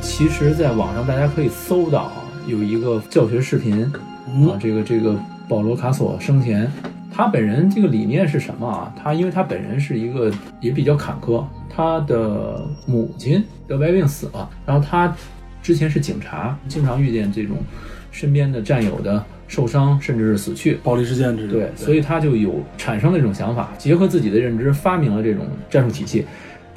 C: 其实，在网上大家可以搜到啊有一个教学视频啊
B: 嗯，
C: 这个这个保罗卡索生前，他本人这个理念是什么啊？他因为他本人是一个也比较坎坷，他的母亲得白病死了，然后他之前是警察，经常遇见这种身边的战友的受伤甚至是死去，
B: 暴力事件这种，
C: 对，所以他就有产生了这种想法，结合自己的认知，发明了这种战术体系。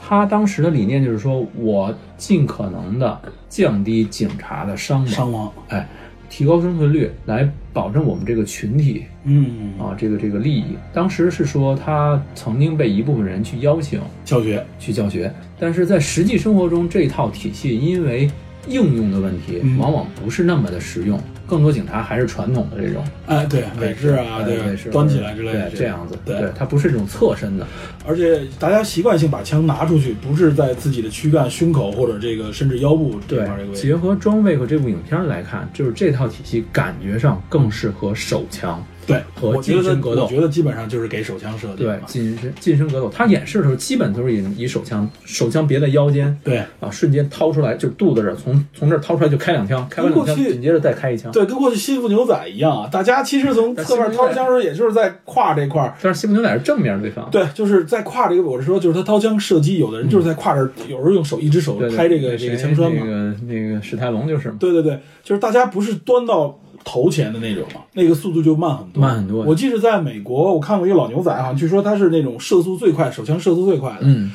C: 他当时的理念就是说，我尽可能的降低警察的伤亡，
B: 伤亡，
C: 哎，提高生存率，来保证我们这个群体
B: 嗯，
C: 啊，这个这个利益。当时是说他曾经被一部分人去邀请
B: 教学，
C: 去教学，但是在实际生活中，这套体系因为应用的问题
B: 嗯，
C: 往往不是那么的实用，更多警察还是传统的这种
B: 哎，对，美式啊，
C: 对，
B: 对
C: 对，是
B: 端起来之类的
C: 对，这样子，
B: 对
C: 它不是这种侧身的，
B: 而且大家习惯性把枪拿出去，不是在自己的躯干、胸口或者这个甚至腰部这块这个位置。
C: 结合装备和这部影片来看，就是这套体系感觉上更适合手枪，
B: 对，
C: 和
B: 我觉
C: 近
B: 得
C: 身格斗
B: 我觉得基本上就是给手枪设定
C: 对
B: 嘛，。
C: 近身近身格斗，它演示的时候基本都是以以手枪，手枪别在腰间。
B: 对
C: 啊！瞬间掏出来，就是肚子这儿，从从这儿掏出来就开两枪，开完两枪，
B: 过去
C: 紧接着再开一枪。
B: 对，跟过去西部牛仔一样啊，大家其实
C: 嗯
B: 从侧面掏枪的时候，也就是在胯这块儿。
C: 但是西部牛仔是正面对方，
B: 对，就是在胯这个，我是说，就是他掏枪射击，有的人就是在胯这儿，有时候用手一只手
C: 对，对
B: 拍这个
C: 对
B: 这
C: 谁
B: 个枪栓
C: 那
B: 嘛。
C: 个那个史泰龙就是嘛。
B: 对对对，就是大家不是端到头前的那种嘛，那个速度就慢很多，
C: 慢很多
B: 我记得在美国，我看过一个老牛仔啊，据说他是那种射速最快，手枪射速最快的。
C: 嗯，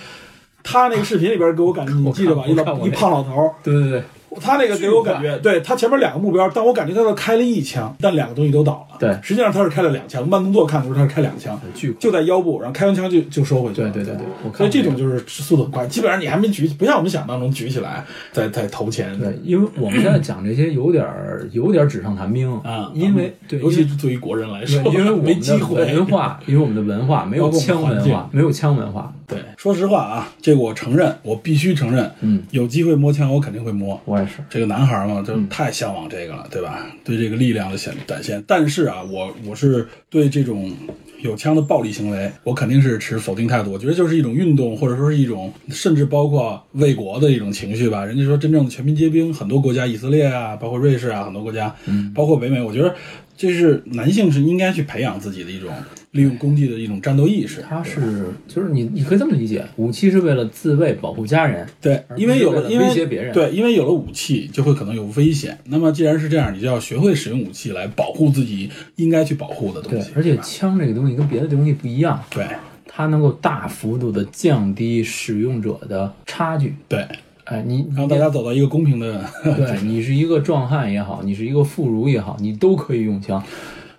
B: 他那个视频里边给我感觉，你记得吧？
C: 我看
B: 一
C: 我看
B: 老
C: 过
B: 一胖老头儿，
C: 对对对
B: 他那个给我感觉，对他前面两个目标，但我感觉他都开了一枪，但两个东西都倒了。
C: 对
B: 实际上他是开了两枪，慢动作看的时候他是开两枪，
C: 对，巨
B: 就在腰部，然后开完枪就就收回去
C: 对
B: 了。
C: 对对对，我看
B: 所以这
C: 过
B: 种就是速度很快，基本上你还没举，不像我们想当中举起来在在头前。
C: 对，因为我们现在讲这些有点儿有点儿纸上谈兵
B: 啊，
C: 因为对，
B: 尤其
C: 因为
B: 是对于国人来说
C: 对， 因为我
B: 没
C: 们
B: 机
C: 的
B: 会。
C: 文化，因为我们的文化没有
B: 包括我们
C: 枪
B: 环
C: 文
B: 境
C: 化，没有枪文化，
B: 对，说实话啊，这个我承认，我必须承认，
C: 嗯，
B: 有机会摸枪我肯定会摸。
C: 我也是，
B: 这个男孩嘛，就太向往这个了，对吧？对这个力量的显展现。但是啊，我我是对这种有枪的暴力行为，我肯定是持否定态度。我觉得就是一种运动，或者说是一种甚至包括卫国的一种情绪吧。人家说真正的全民皆兵，很多国家，以色列啊，包括瑞士啊，很多国家，包括北美，我觉得这是男性是应该去培养自己的一种利用工具的一种战斗意识。
C: 它是就是你你可以这么理解，武器是为了自卫保护家人，
B: 对，
C: 而
B: 因
C: 不
B: 为
C: 是
B: 有
C: 为
B: 了
C: 了
B: 因为
C: 威胁别人
B: 对，因为有了武器就会可能有危险。那么既然是这样，你就要学会使用武器来保护自己应该去保护的东
C: 对
B: 西，。
C: 而且
B: 是吧
C: 枪这个东西跟别的东西不一样，
B: 对
C: 它能够大幅度的降低使用者的差距，
B: 对，
C: 哎，你
B: 让大家走到一个公平的。
C: 对你是一个壮汉也好，你是一个妇孺也好，你都可以用枪，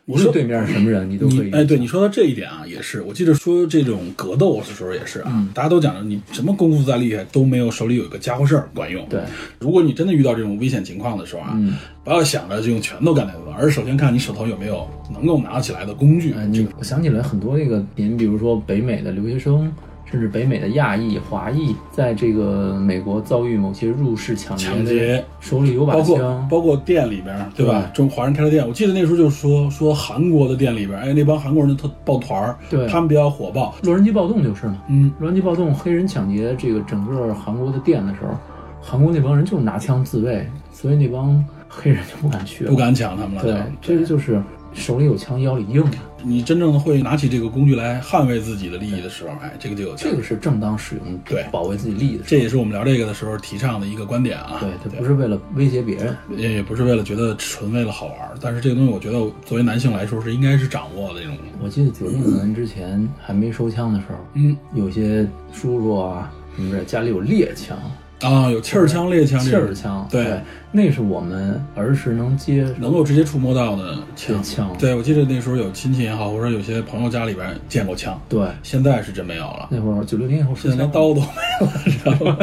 C: 无论对面是什么人， 你都可以
B: 你
C: 用
B: 哎，对
C: 枪
B: 你说到这一点啊，也是。我记得说这种格斗的时候也是啊，
C: 嗯
B: 大家都讲着你什么功夫再厉害都没有手里有一个家伙事儿管用。
C: 对，
B: 如果你真的遇到这种危险情况的时候啊，
C: 嗯
B: 不要想着就用拳头干那个，而是首先看你手头有没有能够拿得起来的工具。
C: 呃，
B: 这
C: 你
B: 个
C: 我想起来很多这个您比如说北美的留学生，甚至北美的亚裔、华裔，在这个美国遭遇某些入室抢劫，
B: 抢劫
C: 手里有把
B: 包括
C: 枪，
B: 包括店里边儿，对吧？中华人开的店，我记得那时候就说说韩国的店里边儿，哎，那帮韩国人就特抱团儿，
C: 对
B: 他们比较火爆，
C: 洛杉矶暴动就是嘛。
B: 嗯，
C: 洛杉矶暴动，黑人抢劫这个整个韩国的店的时候，韩国那帮人就是拿枪自卫，所以那帮黑人就不敢去了。
B: 不。敢抢他们了。
C: 对，这个就是手里有枪，腰里硬啊，
B: 你真正的会拿起这个工具来捍卫自己的利益的时候，哎，这个就有
C: 这个是正当使用，
B: 对
C: 保卫自己利益的
B: 这
C: 时候。
B: 也是我们聊这个的时候提倡的一个观点啊。
C: 对，它不是为了威胁别人。
B: 也也不是为了觉得纯为了好玩儿，但是这个东西我觉得作为男性来说是应该是掌握的这种。
C: 我记得九六年之前还没收枪的时候，
B: 嗯，
C: 有些叔叔啊什么的，家里有猎枪，
B: 啊，有气儿枪、猎枪这
C: 气
B: 种
C: 儿枪，
B: 对
C: 那是我们儿时能接
B: 能够直接触摸到的
C: 这枪
B: 对，我记得那时候有亲戚也好，或者有些朋友家里边见过枪，
C: 对
B: 现在是真没有了，
C: 那会儿九六年以后
B: 现在连刀都没有了，知道吗？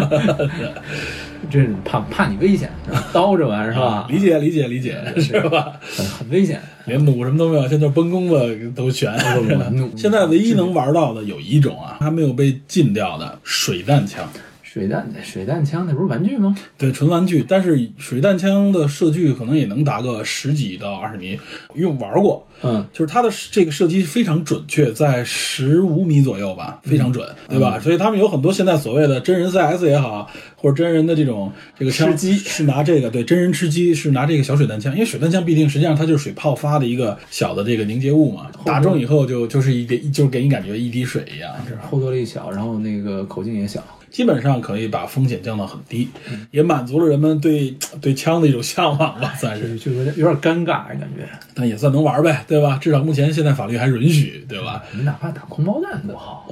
C: 这怕怕你危险，刀这玩意儿是吧？
B: 啊理解理解理解，是吧？
C: 很很危险，
B: 连弩什么都没有，现在崩弓子都全。
C: 不不 不弩
B: 现在唯一能玩到的有一种啊，还没有被禁掉的水弹枪，
C: 水弹水弹枪那不是玩具吗？
B: 对，纯玩具。但是水弹枪的射距可能也能达个十几到二十米，因为我玩过，
C: 嗯，
B: 就是它的这个射击非常准确，在十五米左右
C: 嗯
B: 吧，非常准，对吧？所以他们有很多现在所谓的真人 CS 也好，或者真人的这种这个枪
C: 吃鸡
B: 是拿这个对真人吃鸡是拿这个小水弹枪，因为水弹枪毕竟实际上它就是水泡发的一个小的这个凝结物嘛，打中以后就就是一滴，就是给你感觉一滴水一样，是吧？
C: 后坐力小，然后那个口径也小，
B: 基本上可以把风险降到很低，
C: 嗯
B: 也满足了人们对对枪的一种向往吧，算，
C: 就是是就有点有点尴尬感觉。
B: 但也算能玩呗，对吧？至少目前现在法律还允许，对吧？
C: 你哪怕打空包弹多好，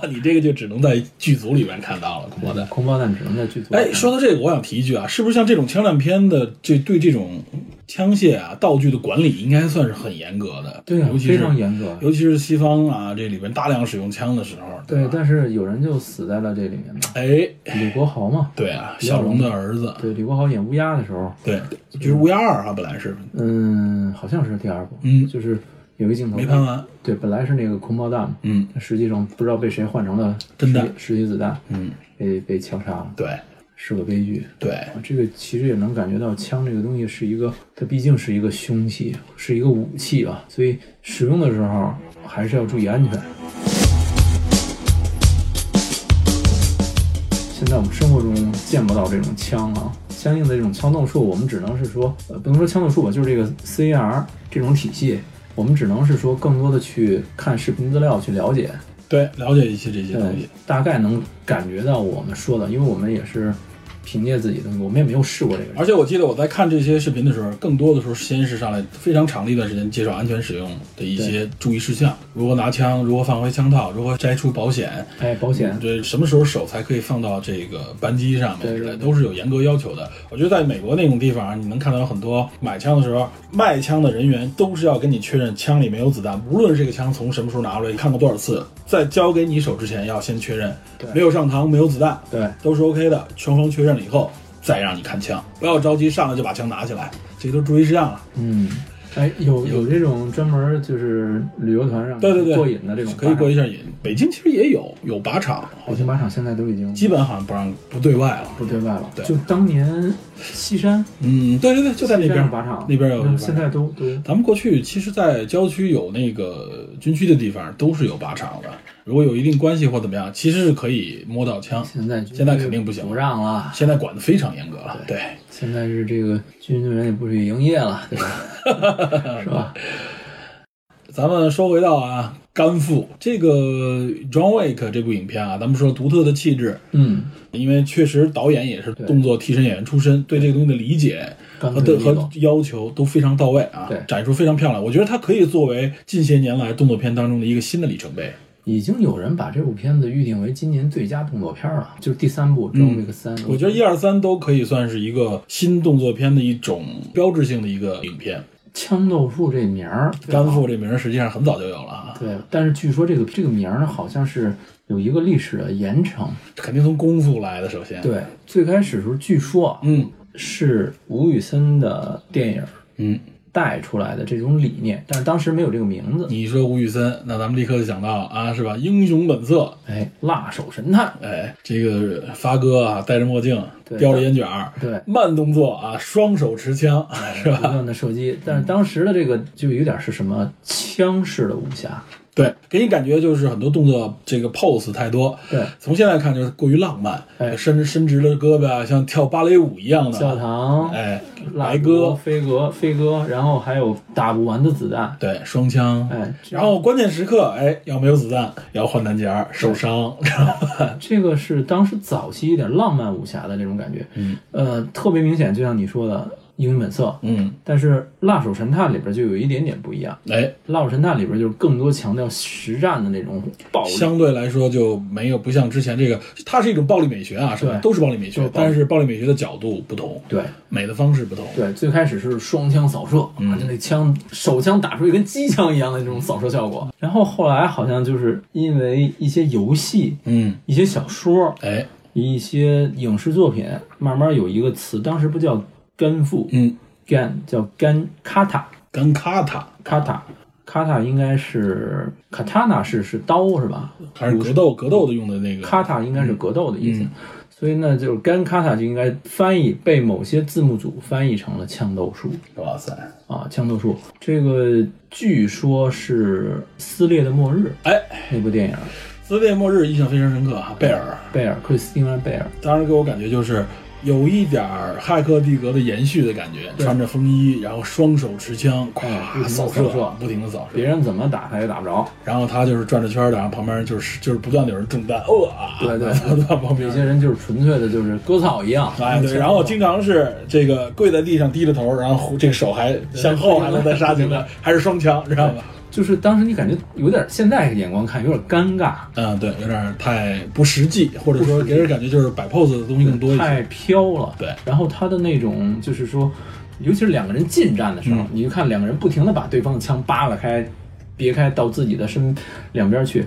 B: 嚯，你这个就只能在剧组里面看到了，空包弹。
C: 空包弹只能在剧组。
B: 哎，说到这个，我想提一句啊，是不是像这种枪战片的，这对这种枪械啊、道具的管理，应该算是很严格的？
C: 对啊
B: 尤其是
C: 非常严格
B: 尤其是西方啊，这里边大量使用枪的时候。
C: 对，
B: 吧
C: 但是有人就死在了这里面嘛，
B: 哎，
C: 李国豪嘛，
B: 对啊，小龙的儿子，
C: 对，李国豪演乌鸦的时候，
B: 对，就是乌鸦二啊，本来是
C: 嗯，好像是第二部，
B: 嗯
C: 就是有一个镜头
B: 没拍完，
C: 对，本来是那个空包弹嘛，
B: 嗯，
C: 实际上不知道被谁换成了
B: 真弹
C: 实体子弹，
B: 嗯，
C: 被被枪杀了，
B: 对
C: 是个悲剧。
B: 对，
C: 啊这个其实也能感觉到，枪这个东西是一个，它毕竟是一个凶器，是一个武器啊，所以使用的时候还是要注意安全。现在我们生活中见不到这种枪啊，相应的这种枪动术，我们只能是说，呃，不能说枪动术吧，就是这个 CR 这种体系，我们只能是说更多的去看视频资料去了解，
B: 对，了解一些这些东
C: 对
B: 西，，
C: 大概能感觉到我们说的，因为我们也是凭借自己的，我们也没有试过这个。
B: 而且我记得我在看这些视频的时候，更多的时候先是上来非常长的一段时间介绍安全使用的一些注意事项，如何拿枪，如何放回枪套，如何摘出保险，
C: 哎，保险，
B: 对，什么时候手才可以放到这个扳机上面之
C: 对
B: 类
C: 对
B: 的，
C: 对
B: 都是有严格要求的。我觉得在美国那种地方，啊你能看到有很多买枪的时候，卖枪的人员都是要跟你确认枪里没有子弹，无论这个枪从什么时候拿出来，看过多少次，在交给你手之前要先确认
C: 对
B: 没有上膛，没有子弹，
C: 对，
B: 都是 OK 的。双方确认了以后，再让你看枪，不要着急上来就把枪拿起来，这都是注意事项了。
C: 嗯，哎，有有这种专门就是旅游团让
B: 对对对，
C: 嗯过瘾的这种
B: 可以过一
C: 瘾。
B: 下瘾。北京其实也有有靶场，
C: 北京靶场现在都已经
B: 基本好像不让不对外了。
C: 不对外了，
B: 对
C: 就当年西山
B: 嗯，对对对，就在那
C: 西山
B: 边
C: 有靶场
B: 那边有
C: 嗯
B: 靶
C: 现
B: 场。
C: 在都都
B: 咱们过去其实，在郊区有那个军区的地方都是有靶场的，如果有一定关系或怎么样，其实是可以摸到枪。
C: 现在
B: 现在肯定不行
C: 不让了，
B: 现在管得非常严格了，对，
C: 现在是这个军队人也不许营业了，对 吧？是吧？
B: 咱们说回到啊，甘父这个 John Wick 这部影片啊，咱们说独特的气质，
C: 嗯，
B: 因为确实导演也是
C: 对
B: 动作替身演员出身，对这个东西的理解
C: 刚
B: 和
C: 才
B: 啊对
C: 那
B: 和
C: 个
B: 要求都非常到位啊
C: 对，
B: 展示出非常漂亮。我觉得它可以作为近些年来动作片当中的一个新的里程碑。
C: 已经有人把这部片子预定为今年最佳动作片了，就是第三部《John Wick 三》。
B: 嗯我觉得一二三都可以算是一个新动作片的一种标志性的一个影片。
C: 枪斗术这名儿，
B: 甘父这名儿实际上很早就有了啊，
C: 对，但是据说这个这个名儿好像是有一个历史的延承。
B: 肯定从功夫来的。首先，，
C: 对，最开始时候据说啊
B: 嗯
C: 是吴宇森的电影
B: 嗯，
C: 带出来的这种理念，但是当时没有这个名字。
B: 你一说吴宇森，那咱们立刻就想到啊，是吧？英雄本色，
C: 哎，辣手神探，
B: 哎，这个发哥啊，戴着墨镜，
C: 对
B: 叼着烟卷儿，
C: 对
B: 慢动作啊，双手持枪，是
C: 不
B: 吧？
C: 断的射击，但是当时的这个就有点是什么枪式的武侠，
B: 对，给你感觉就是很多动作这个 pose 太多。
C: 对，
B: 从现在看就是过于浪漫，
C: 哎
B: 伸伸直了胳膊啊，像跳芭蕾舞一样的，
C: 教堂，
B: 哎，
C: 蜡
B: 来
C: 烛
B: 哥，
C: 飞鸽，飞鸽，然后还有打不完的子弹，
B: 对，双枪，
C: 哎，这
B: 然后关键时刻，哎，要没有子弹，要换弹夹，受伤，
C: 这个是当时早期一点浪漫武侠的这种感觉，嗯，呃，特别明显，就像你说的，英雄本色，
B: 嗯，
C: 但是《辣手神探》里边就有一点点不一样，
B: 哎，
C: 《辣手神探》里边就是更多强调实战的那种暴力，
B: 相对来说就没有不像之前这个，它是一种暴力美学啊，是吧？
C: 对
B: 都是暴力美
C: 就
B: 学
C: 是，暴力
B: 但是暴力美学的角度不同，
C: 对
B: 美的方式不同。
C: 对，最开始是双枪扫射，啊，就那枪手枪打出去跟机枪一样的那种扫射效果，然后后来好像就是因为一些游戏、
B: 嗯，
C: 一些小说、
B: 哎，
C: 一些影视作品，慢慢有一个词，当时不叫干父，
B: 嗯，
C: 干叫干卡塔。
B: 甘卡塔
C: 卡塔，卡塔应该是 katana 是是刀是吧？
B: 还是格斗格斗的用的那个，
C: 卡塔应
B: 嗯
C: 该是格斗的意思，所以呢，就是干卡塔就应该翻译被某些字幕组翻译成了枪斗术
B: 哇塞，
C: 啊，枪斗术。这个据说是《撕裂的末日》
B: 哎，
C: 那部电影，
B: 撕裂末日印象非常深刻啊，贝尔，
C: 贝尔克里斯汀安贝尔，
B: 当时给我感觉就是。有一点儿《骇客帝国》的延续的感觉，
C: 对
B: 穿着风衣，然后双手持枪，
C: 哎不停
B: 咵
C: 地
B: 扫
C: 扫射
B: 不停的扫射
C: 别，人怎么打他也打不着。
B: 然后他就是转着圈儿的，然后旁边就是就是不断的有人中弹，哦啊，
C: 对对
B: 旁边
C: 有些人就是纯粹的，就是割草一样。
B: 哎，对，然后经常是这个跪在地上低着头，然后这个手还向后，还能再杀进来，还是双枪，知道吧？
C: 就是当时你感觉有点，现在眼光看有点尴尬，
B: 嗯，对，有点太不实际，或者说给人感觉就是摆 pose 的东西更多一些。
C: 太飘了。
B: 对
C: 然后他的那种就是说，尤其是两个人近战的时候，
B: 嗯
C: 你就看两个人不停的把对方的枪扒拉开、别开到自己的身两边去，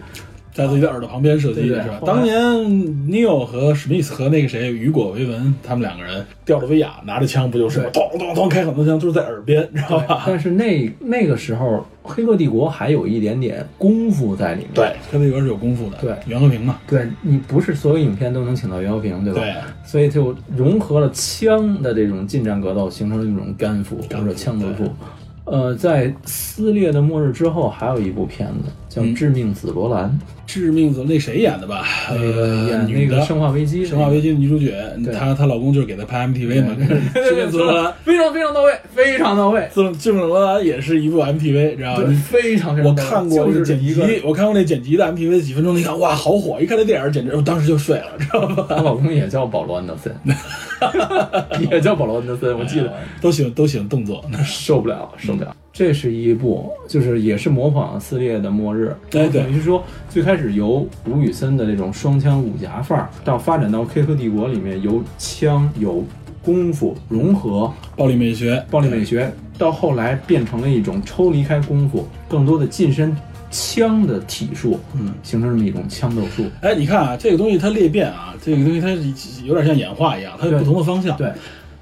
B: 在自己的耳朵旁边射击
C: 对
B: 是吧？
C: 后来
B: 当年 Neil 和 Smith 和那个谁雨果维文他们两个人吊着威亚，拿着枪不就是吗
C: 对
B: 咚咚咚开很多枪，就是在耳边，知道吧？
C: 但是那那个时候，《黑客帝国》还有一点点功夫在里面。
B: 对，科比格是有功夫的，
C: 对
B: 袁和平嘛，
C: 对你不是所有影片都能请到袁和平，对吧？
B: 对
C: 所以就融合了枪的这种近战格斗，形成了一种干斧
B: 干
C: 或
B: 斧
C: 者枪斗术。呃，在撕裂的末日之后，还有一部片子
B: 嗯
C: 叫《致命紫罗兰》，
B: 致命的那谁演的吧？
C: 那个
B: 呃
C: 演那
B: 女
C: 个
B: 的
C: 《生化危机》，
B: 生化危机》的女主角，她她老公就是给她拍 MTV 嘛，致命紫罗兰，
C: 非常非常到位，非常到位，
B: 自《致命紫罗兰》也是一部 MTV，知道
C: 对，
B: 吗？
C: 非常非
B: 啊我
C: 常
B: 看
C: 到位。
B: 过那
C: 就
B: 个
C: 是
B: 剪
C: 一
B: 辑
C: 个，，
B: 我看过那剪辑的 MTV 几分钟，你看哇，好火！一看那电影，简直我当时就睡了，知道吧？
C: 她老公也叫保罗安 德森，也叫保罗安德森，我记得
B: 都喜欢都喜欢动作，
C: 受不了，受不
B: 嗯
C: 了。这是一部，就是也是模仿撕裂的末日，
B: 哎对对
C: 等于说最开始由吴宇森的那种双枪武侠范儿，到发展到《K 和帝国》里面有枪有功夫融合，
B: 暴力美学，
C: 暴力美学，到后来变成了一种抽离开功夫，更多的近身枪的体术，嗯，形成这么一种枪斗术。
B: 哎，你看啊，这个东西它裂变啊，这个东西它有点像演化一样，它有
C: 对
B: 不同的方向。
C: 对，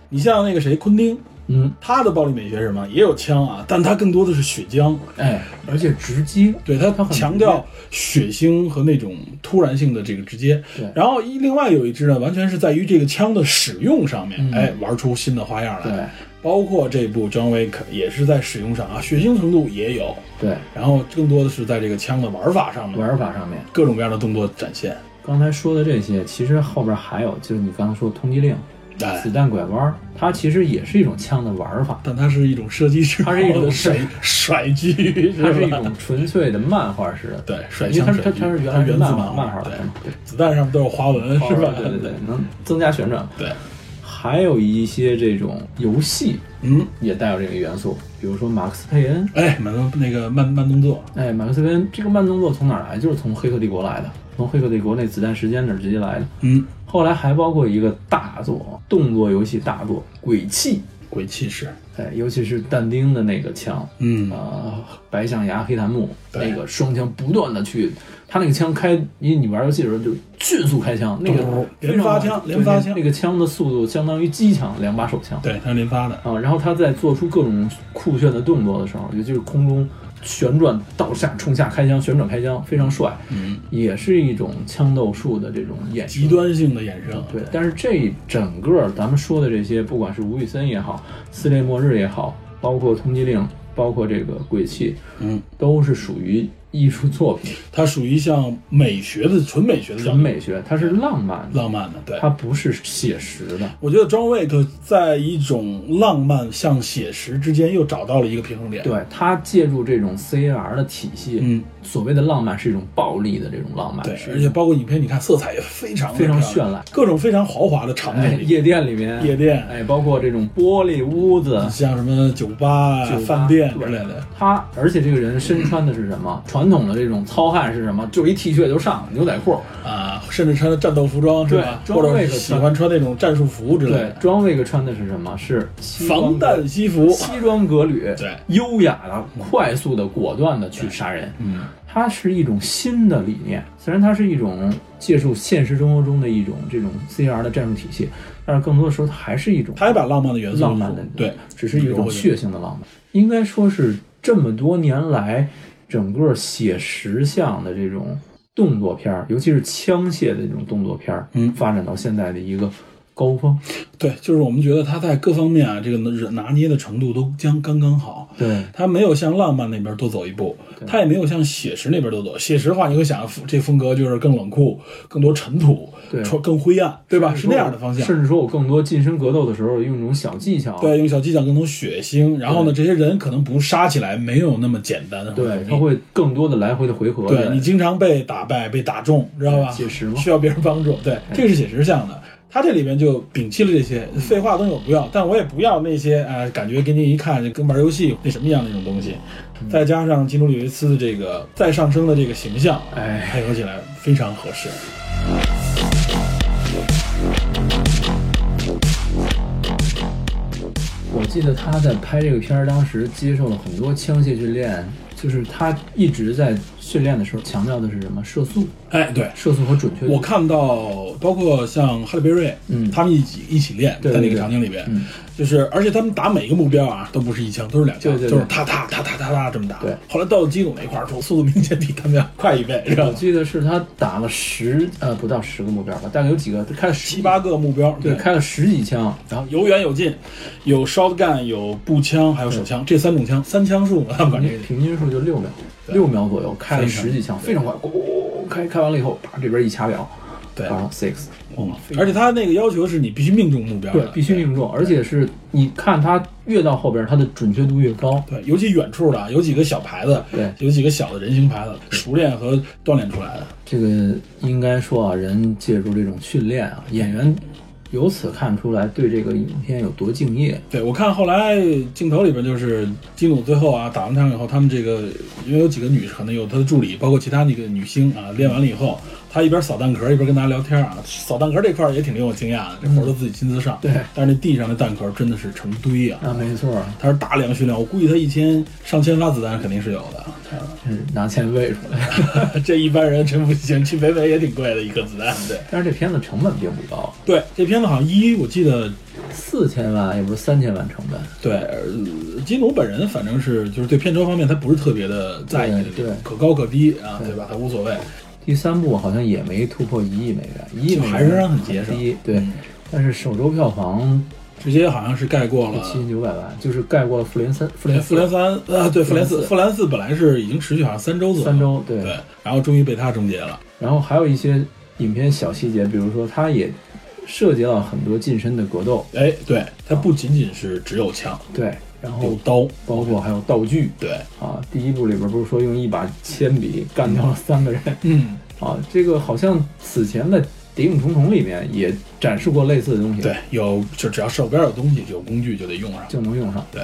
B: 你像那个谁，昆汀，
C: 嗯，
B: 他的暴力美学是什么？也有枪啊，但他更多的是血浆，
C: 哎，而且直接，
B: 对他
C: 他很
B: 强
C: 直接
B: 调血腥和那种突然性的这个直接
C: 对，
B: 然后一另外有一支呢，完全是在于这个枪的使用上面，
C: 嗯
B: 哎，玩出新的花样
C: 对
B: 来。包括这部《John Wick》也是在使用上啊，血腥程度也有，
C: 对，
B: 然后更多的是在这个枪的玩法上面，
C: 玩法上面，
B: 各种各样的动作展现。
C: 刚才说的这些，其实后边还有，就是你刚才说通缉令、
B: 哎
C: 子，弹拐弯儿，它其实也是一种枪的玩法，
B: 但它是一种射击之后
C: 它是一种
B: 的甩甩狙，
C: 它是一
B: 吧
C: 种纯粹的漫画式的，
B: 对甩
C: 因为
B: 枪甩
C: 它是它
B: 狙
C: 它是原
B: 它
C: 来
B: 源
C: 是
B: 自
C: 漫
B: 漫
C: 漫画
B: 对
C: 的嘛，对
B: 子弹上面都是花纹，是吧？
C: 对对对，能增加旋转。
B: 对，
C: 还有一些这种游戏
B: 嗯，
C: 也带有这个元素，比如说马克思佩恩。
B: 哎，满动那个慢慢动作，
C: 哎，马克思佩恩这个慢动作从哪儿来？就是从《黑客帝国》来的，从《黑客帝国》那子弹时间那儿直接来的。
B: 嗯，
C: 后来还包括一个大作动作游戏大作《鬼泣
B: 鬼气势，》，
C: 哎，尤其是但丁的那个枪，
B: 嗯
C: 啊，白象牙、黑檀木
B: 对
C: 那个双枪不断的去，他那个枪开，因为你玩游戏的时候就迅速开枪，那个
B: 咚
C: 非常
B: 连发
C: 快
B: 枪
C: 对
B: 连发
C: 那
B: 枪
C: 那个枪的速度相当于机枪两把手枪
B: 对，它是连发的，
C: 啊。然后他在做出各种酷炫的动作的时候，也就是空中旋转倒下、冲下开枪、旋转开枪，非常帅，
B: 嗯，
C: 也是一种枪斗术的这种演
B: 极
C: 示。
B: 端性的衍生，
C: 对，但是这整个咱们说的这些，不管是吴宇森也好，撕裂末日也好，包括通缉令，包括这个鬼泣，
B: 嗯，
C: 都是属于艺术作品，
B: 它属于像美学的纯美学的角
C: 纯
B: 度，
C: 美学，它是浪漫的，
B: 浪漫的，对。
C: 它不是写实的。
B: 我觉得 John Wick 在一种浪漫向写实之间又找到了一个平衡点。，
C: 对他借助这种 CAR 的体系，
B: 嗯，
C: 所谓的浪漫是一种暴力的这种浪漫，
B: 对，
C: 啊是
B: 而且包括影片，你看色彩也非常的
C: 非常
B: 漂亮
C: 绚烂
B: 各种非常豪华的场
C: 哎
B: 景里，
C: 夜店里面，
B: 夜店
C: 哎，包括这种玻璃屋子、
B: 像什么酒吧啊
C: 酒吧、
B: 饭店之
C: 对
B: 类的。嗯
C: 他而且这个人身穿的是什么？传统的这种糙汉是什么？就一 T 恤就上，牛仔裤。
B: 啊，甚至穿战斗服装是吧？
C: 对
B: 或
C: John
B: 者
C: Wick
B: 喜欢穿那种战术服之类
C: 对
B: 的，
C: 庄卫个穿的是什么？是西装
B: 防弹西服
C: 革。 西装革履，
B: 对
C: 优雅的、快速的、果断的去杀人。
B: 嗯，
C: 它是一种新的理念，虽然它是一种借助现实生活中的一种这种 CR 的战术体系，但是更多的时候它还是一种
B: 他也把浪漫的元素
C: 浪漫的
B: 融入对，
C: 只是一种血腥的浪漫。应该说是这么多年来，整个写实向的这种动作片儿，尤其是枪械的这种动作片儿，
B: 嗯
C: 发展到现在的一个高峰。
B: 对，就是我们觉得他在各方面啊，这个拿捏的程度都将刚刚好。
C: 对，
B: 他没有向浪漫那边多走一步，他也没有向写实那边多走。写实的话，你会想啊这风格就是更冷酷、更多尘土、
C: 对
B: 穿更灰暗，对吧？是那样的方向。
C: 甚至说我更多近身格斗的时候，用一种小技巧，
B: 对，用小技巧更多血腥。然后呢，这些人可能不杀起来没有那么简单。
C: 对，它会更多的来回的回合。
B: 对你经常被打败、被打中，知道吧？
C: 写实吗 嗯
B: 需要别人帮助。对，这个是写实向的。他这里边就摒弃了这些废话东西，我不要，但我也不要那些啊、呃感觉给你一看就跟玩游戏那什么一样的那种东西。
C: 嗯
B: 再加上基努里维斯的这个再上升的这个形象，
C: 哎
B: 配合起来非常合适。
C: 我记得他在拍这个片儿，当时接受了很多枪械训练，就是他一直在训练的时候强调的是什么射速、
B: 哎，对，
C: 射速和准确度。
B: 我看到包括像哈利贝瑞，
C: 嗯
B: 他们一起一起练，
C: 对
B: 在那
C: 对
B: 个
C: 对
B: 场景里边
C: 嗯，
B: 就是而且他们打每个目标啊，都不是一枪，都是两枪，
C: 对对对
B: 就是踏踏踏踏踏踏这么打
C: 对。
B: 后来到基努那块儿说，速度明显比他们要快一倍，是吧
C: 我？记得是他打了十呃不到十个目标吧，大概有几个开了十
B: 七八个目标，
C: 对，开了十几枪，然后
B: 有远有近，有 shotgun，有步枪，还有手枪，这三种枪，三枪术嘛，他们管这个。
C: 平均数就六秒，六秒左右开了
B: 非常
C: 十几枪，非常快，咕咕咕咕开开完了以后，啪这边一掐表，
B: 对
C: 然后 six，啊
B: 嗯而且他那个要求是你必须命中目标的，
C: 对，必须命中，而且是你看他越到后边，他的准确度越高，
B: 对，尤其远处的啊，有几个小牌子，
C: 对
B: 有几个小的人形牌子，熟练和锻炼出来的。
C: 这个应该说啊，人借助这种训练啊，演员由此看出来对这个影片有多敬业。
B: 对，我看后来镜头里边就是基努最后啊打完仗以后，他们这个因为有几个女可能有他的助理，包括其他那个女星啊，练完了以后，他一边扫弹壳一边跟大家聊天啊。扫弹壳这块儿也挺令我惊讶的，这活儿都自己亲自上。
C: 对
B: 但是那地上的弹壳真的是成堆啊，
C: 啊，没错儿，
B: 他是大量训练，我估计他一天上千发子弹肯定是有的。
C: 是嗯拿钱喂出来。
B: 这一般人真不行，去北美也挺贵的一颗子弹。对
C: 但是这片子成本并不高，
B: 对，这片子好像一我记得
C: 四千万也不是三千万成本。
B: 对，呃基努本人反正是就是对片酬方面他不是特别的在意的
C: 对对
B: 可高可低啊，对吧？他无所谓。
C: 第三部好像也没突破一亿美元，一亿美元
B: 还是很节省
C: 低。对，但是首周票房
B: 直接好像是盖过了
C: 七千九百万，就是盖过了《复联三》《复联
B: 复联三啊，对，复联四，复
C: 复联四
B: 联四本来是已经持续好像三周左右，
C: 三周对
B: 对，然后终于被他终结了。
C: 然后还有一些影片小细节，比如说它也涉及到很多近身的格斗，
B: 哎，对，他不仅仅是只有枪，
C: 对，然后
B: 有刀，
C: 包括还有道具
B: 对，
C: 啊。第一部里边不是说用一把铅笔干掉了三个 人
B: 嗯，
C: 啊？这个好像此前在《谍影重重》里面也展示过类似的东西，
B: 对，，有就只要手边有东西，有工具就得用上。
C: 就能用上。
B: 对，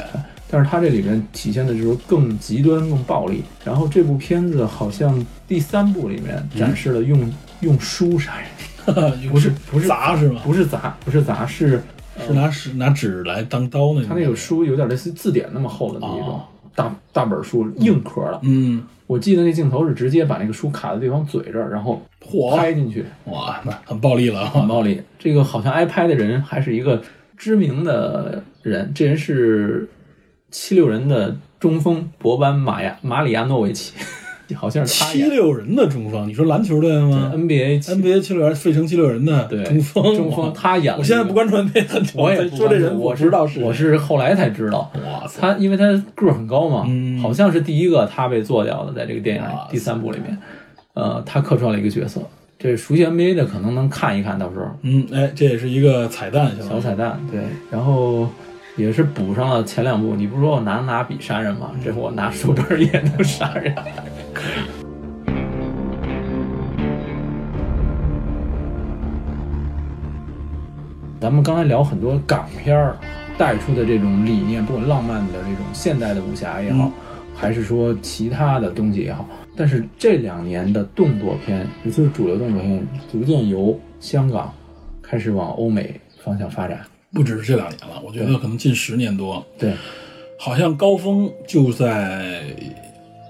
C: 但是它这里面体现的就是更极端、更暴力。然后这部片子好像第三部里面展示了用、用书杀人，
B: 不
C: 是不是
B: 砸是吗？
C: 不是砸，不是砸，是
B: 是拿是拿纸来当刀那种。
C: 它那个，书有点类似字典那么厚的那一种、
B: 哦
C: 大大本书，硬壳的。
B: 嗯，
C: 我记得那镜头是直接把那个书卡在对方嘴这儿，然后
B: 嚯
C: 拍进去，
B: 哇，那很暴力了啊，
C: 很暴力。这个好像挨拍的人还是一个知名的人，这人是七六人的中锋博班马亚马里亚诺维奇， 好像是他
B: 七
C: 演的
B: 六人的中锋，你说篮球队吗
C: NBA 七
B: ？NBA 七六人，费城七六人的
C: 对
B: 中锋，
C: 中锋他演了
B: 我现在不关注 NBA 很久，
C: 我也不
B: 说这
C: 关注
B: 人，
C: 我
B: 不知道是
C: 是
B: 谁
C: 我是后来才知道，
B: 哇塞，
C: 他因为他个儿很高嘛，
B: 嗯
C: 好像是第一个他被做掉的，在这个电影里
B: 哇塞
C: 第三部里面，呃，他客串了一个角色。这熟悉 NBA 的可能能看一看，到时候
B: 嗯，哎，这也是一个彩蛋，
C: 小
B: 小
C: 彩蛋。对，然后也是补上了前两部。你不是说我拿拿笔杀人吗？这我拿手边也能杀人。咱们刚才聊很多港片儿带出的这种理念，不管浪漫的这种现代的武侠也好，
B: 嗯
C: 还是说其他的东西也好，但是这两年的动作片，尤其是主流动作片，逐渐由香港开始往欧美方向发展。
B: 不只是这两年了，我觉得可能近十年多，
C: 对，
B: 好像高峰就在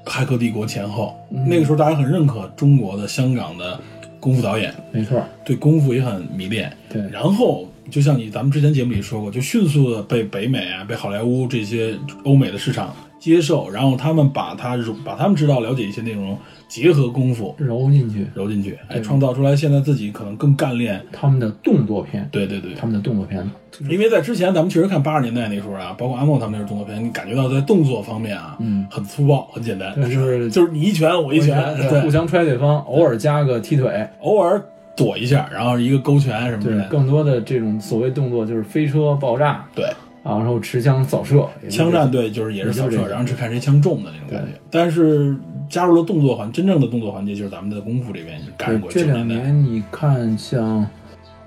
B: 《骇客帝国》前后，
C: 嗯
B: 那个时候大家很认可中国的、香港的功夫导演，
C: 没错儿，
B: 对功夫也很迷恋。
C: 对
B: 然后就像你咱们之前节目里说过，就迅速的被北美啊、被好莱坞这些欧美的市场接受，然后他们把它融、把他们知道、了解一些内容，结合功夫
C: 揉进去
B: 揉进去，哎，创造出来现在自己可能更干练。
C: 他们的动作片，
B: 对对对，
C: 他们的动作片，
B: 因为在之前咱们确实看八十年代那时候啊，包括阿莫他们那时候动作片，你感觉到在动作方面啊，
C: 嗯
B: 很粗暴，很简单，
C: 就是
B: 就是你一拳我一拳，
C: 互
B: 对，
C: 相踹对方，偶尔加个踢腿，
B: 偶尔躲一下，然后一个勾拳什么之
C: 对
B: 类，的，
C: 更多的这种所谓动作就是飞车、爆炸，
B: 对。
C: 啊，然后持枪扫射、
B: 枪战，队就是也是扫
C: 也就是
B: 射，
C: 这
B: 然后是看谁枪重的那种感觉。但是加入了动作环，真正的动作环节就是咱们的功夫里边赶
C: 对
B: 上过
C: 这
B: 九
C: 两
B: 年代，
C: 年你看，像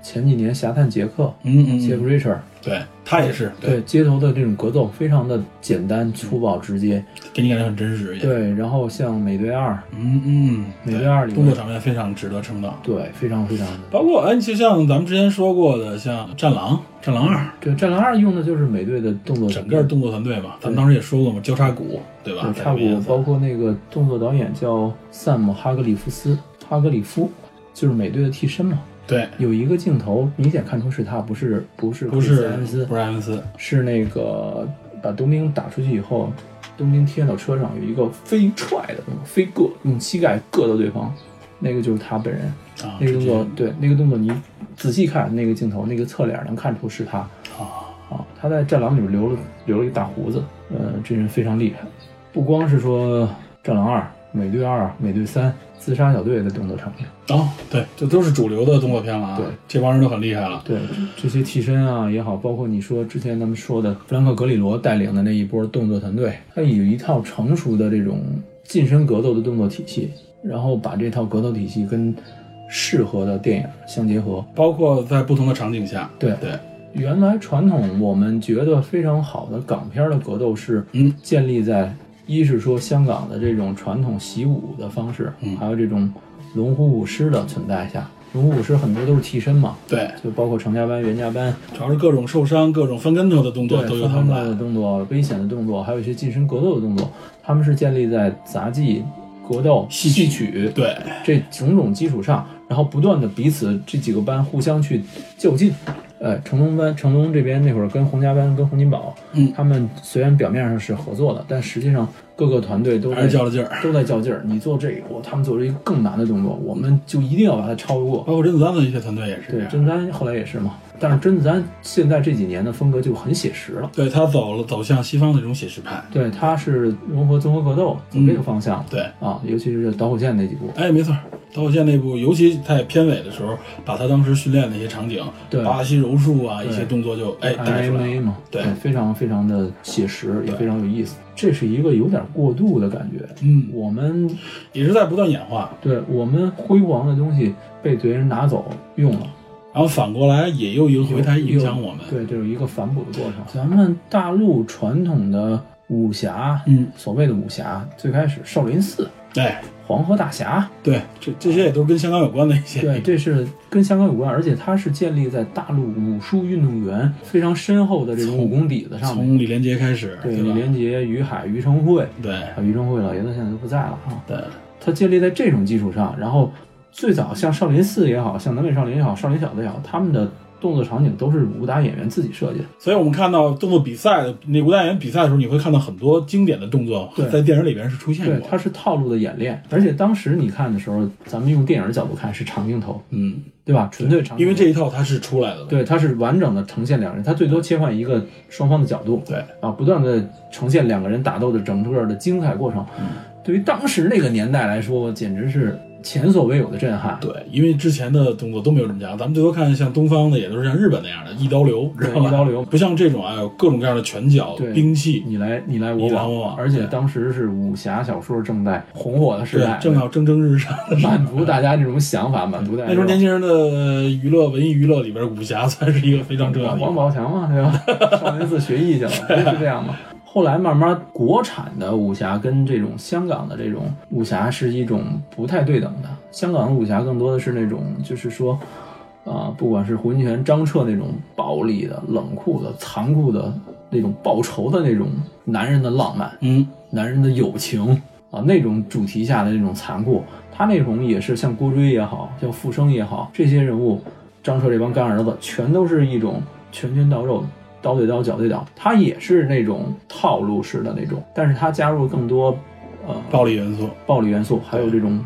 C: 前几年《侠探杰克》
B: 嗯嗯
C: Jeff
B: 嗯，
C: Richard，
B: 对嗯他也是，
C: 对，街头的这种格斗非常的简单、粗暴、直接。
B: 给你感觉很真实。也，
C: 对，然后像《美队二
B: 嗯嗯，
C: 美
B: 对
C: 队二里面
B: 动作场面非常值得称道》，。
C: 对，非常非常的。
B: 包括哎，就像咱们之前说过的，像《战狼》《战狼二》，
C: 对，《战狼二》用的就是美队的动作，
B: 整个动作团啊队嘛，咱们当时也说过嘛，交叉鼓，对吧
C: 对？插
B: 在
C: 鼓
B: 里，面
C: 包括那个动作导演叫萨姆·哈格里夫斯，哈格里夫就是美队的替身嘛。
B: 对，
C: 有一个镜头明显看出是他，不是不是
B: 不
C: 克里斯
B: 是
C: 埃文斯，
B: 不是埃文斯，
C: 是那个把冬兵打出去以后，冬兵贴到车上有一个飞踹的动作，飞硌，用膝盖硌到对方，那个就是他本人。
B: 啊，
C: 那个
B: 直
C: 动
B: 接
C: 作，对那个动作，你仔细看那个镜头，那个侧脸能看出是他
B: 啊，
C: 啊。他在《战狼》里面留了留了一大胡子，呃，这人非常厉害。不光是说《战狼二》《美队二》《美队三》《自杀小队》的动作场面，
B: 哦，对，这都是主流的动作片了啊
C: 对，
B: 这帮人都很厉害了。
C: 对这些替身啊也好，包括你说之前咱们说的弗兰克·格里罗带领的那一波动作团队，他有一套成熟的这种近身格斗的动作体系，然后把这套格斗体系跟适合的电影相结合。
B: 包括在不同的场景下，
C: 对
B: 对，
C: 原来传统我们觉得非常好的港片的格斗是，
B: 嗯，
C: 建立在一是说香港的这种传统习武的方式，
B: 嗯
C: 还有这种龙虎舞狮的存在下，龙虎舞狮很多都是替身嘛，
B: 对，
C: 就包括程家班、袁家班，
B: 主要是各种受伤、各种翻跟头的动作
C: 对，
B: 都由他
C: 翻
B: 们
C: 跟头的
B: 来。
C: 动作、危险的动作，还有一些近身格斗的动作，他们是建立在杂技、格斗、
B: 戏
C: 曲
B: 曲对，
C: 这种种基础上，然后不断的彼此这几个班互相去较劲。呃，成龙班成龙这边那会儿跟洪家班、跟洪金宝，
B: 嗯
C: 他们虽然表面上是合作的，但实际上各个团队都
B: 还
C: 在
B: 是较了劲儿。
C: 都在较劲儿。你做这个，我他们做了一个更难的动作，我们就一定要把它超过。
B: 包括甄子丹的一些团队也是这
C: 对，
B: 样。
C: 甄子丹后来也是嘛，但是甄子丹现在这几年的风格就很写实了。
B: 对他走了走向西方的这种写实派，
C: 对，他是融合综合格斗走这个方向、
B: 嗯对，
C: 啊，尤其是导火线那几部，
B: 哎，没错儿，导火线那部，尤其在片尾的时候，把他当时训练的一些场景，
C: 对
B: 巴西柔术啊，
C: 对
B: 一些动作就哎带出来了。
C: ，MMA 嘛，
B: 对
C: 非常非常的写实，也
B: 对
C: 非常有意思。这是一个有点过度的感觉。
B: 嗯，
C: 我们
B: 也是在不断演化，
C: 对我们辉煌的东西被别人拿走用了，
B: 然后反过来也又又回台影响我们。
C: 对，这是一个反哺的过程。咱们大陆传统的武侠，
B: 嗯，
C: 所谓的武侠，最开始少林寺、
B: 哎，
C: 黄河大侠，
B: 对，这这些也都是跟香港有关的一些。
C: 对，这是跟香港有关，而且它是建立在大陆武术运动员非常深厚的这种武功底子上面。
B: 从李连杰开始，
C: 对，
B: 对
C: 李
B: 吧？
C: 连杰、于海、于承惠
B: 对
C: 啊，于承惠老爷子现在都不在了啊。
B: 对，
C: 他建立在这种基础上，然后最早像少林寺也好像南北少林也好，少林小子也好，他们的动作场景都是武打演员自己设计的。
B: 所以我们看到动作比赛的那武打演员比赛的时候，你会看到很多经典的动作
C: 对
B: 在电影里边是出现
C: 对，
B: 过
C: 它
B: 的。
C: 是套路的演练，而且当时你看的时候，咱们用电影角度看是长镜头，
B: 嗯，
C: 对吧？纯粹长镜头，
B: 因为这一套它是出来的。
C: 对它是完整的呈现两个人，它最多切换一个双方的角度，
B: 对
C: 啊，不断的呈现两个人打斗的整个的精彩过程。
B: 嗯
C: 对于当时那个年代来说，简直是前所未有的震撼。
B: 对，因为之前的动作都没有这么强，咱们最多看像东方的，也都是像日本那样的一刀流，知道吧？
C: 一刀流
B: 不像这种啊，有各种各样的拳脚
C: 对、
B: 兵器，
C: 你来你来我
B: 你来
C: 往，
B: 我往
C: 而且
B: 对
C: 当时是武侠小说正在红火的时代，
B: 对，正好蒸蒸日上的时候。
C: 满足大家这种想法，满足大家
B: 那时候年
C: 轻
B: 轻人的娱乐、文艺娱乐里边，武侠算是一个非常重要的一
C: 王
B: 个。
C: 宝强嘛，对吧？ 少林寺学艺去了，不是这样吗？ 后来慢慢，国产的武侠跟这种香港的这种武侠是一种不太对等的。香港的武侠更多的是那种，就是说，啊、不管是胡金铨、张彻那种暴力的、冷酷的、残酷的那种报仇的那种男人的浪漫，
B: 嗯，
C: 男人的友情啊那种主题下的那种残酷，他那种也是像郭追也好，像傅生也好，这些人物，张彻这帮干儿子，全都是一种拳拳到肉。刀对刀，脚对脚，他也是那种套路式的那种，但是他加入了更多，呃，
B: 暴力元素。
C: 暴力元素，还有这种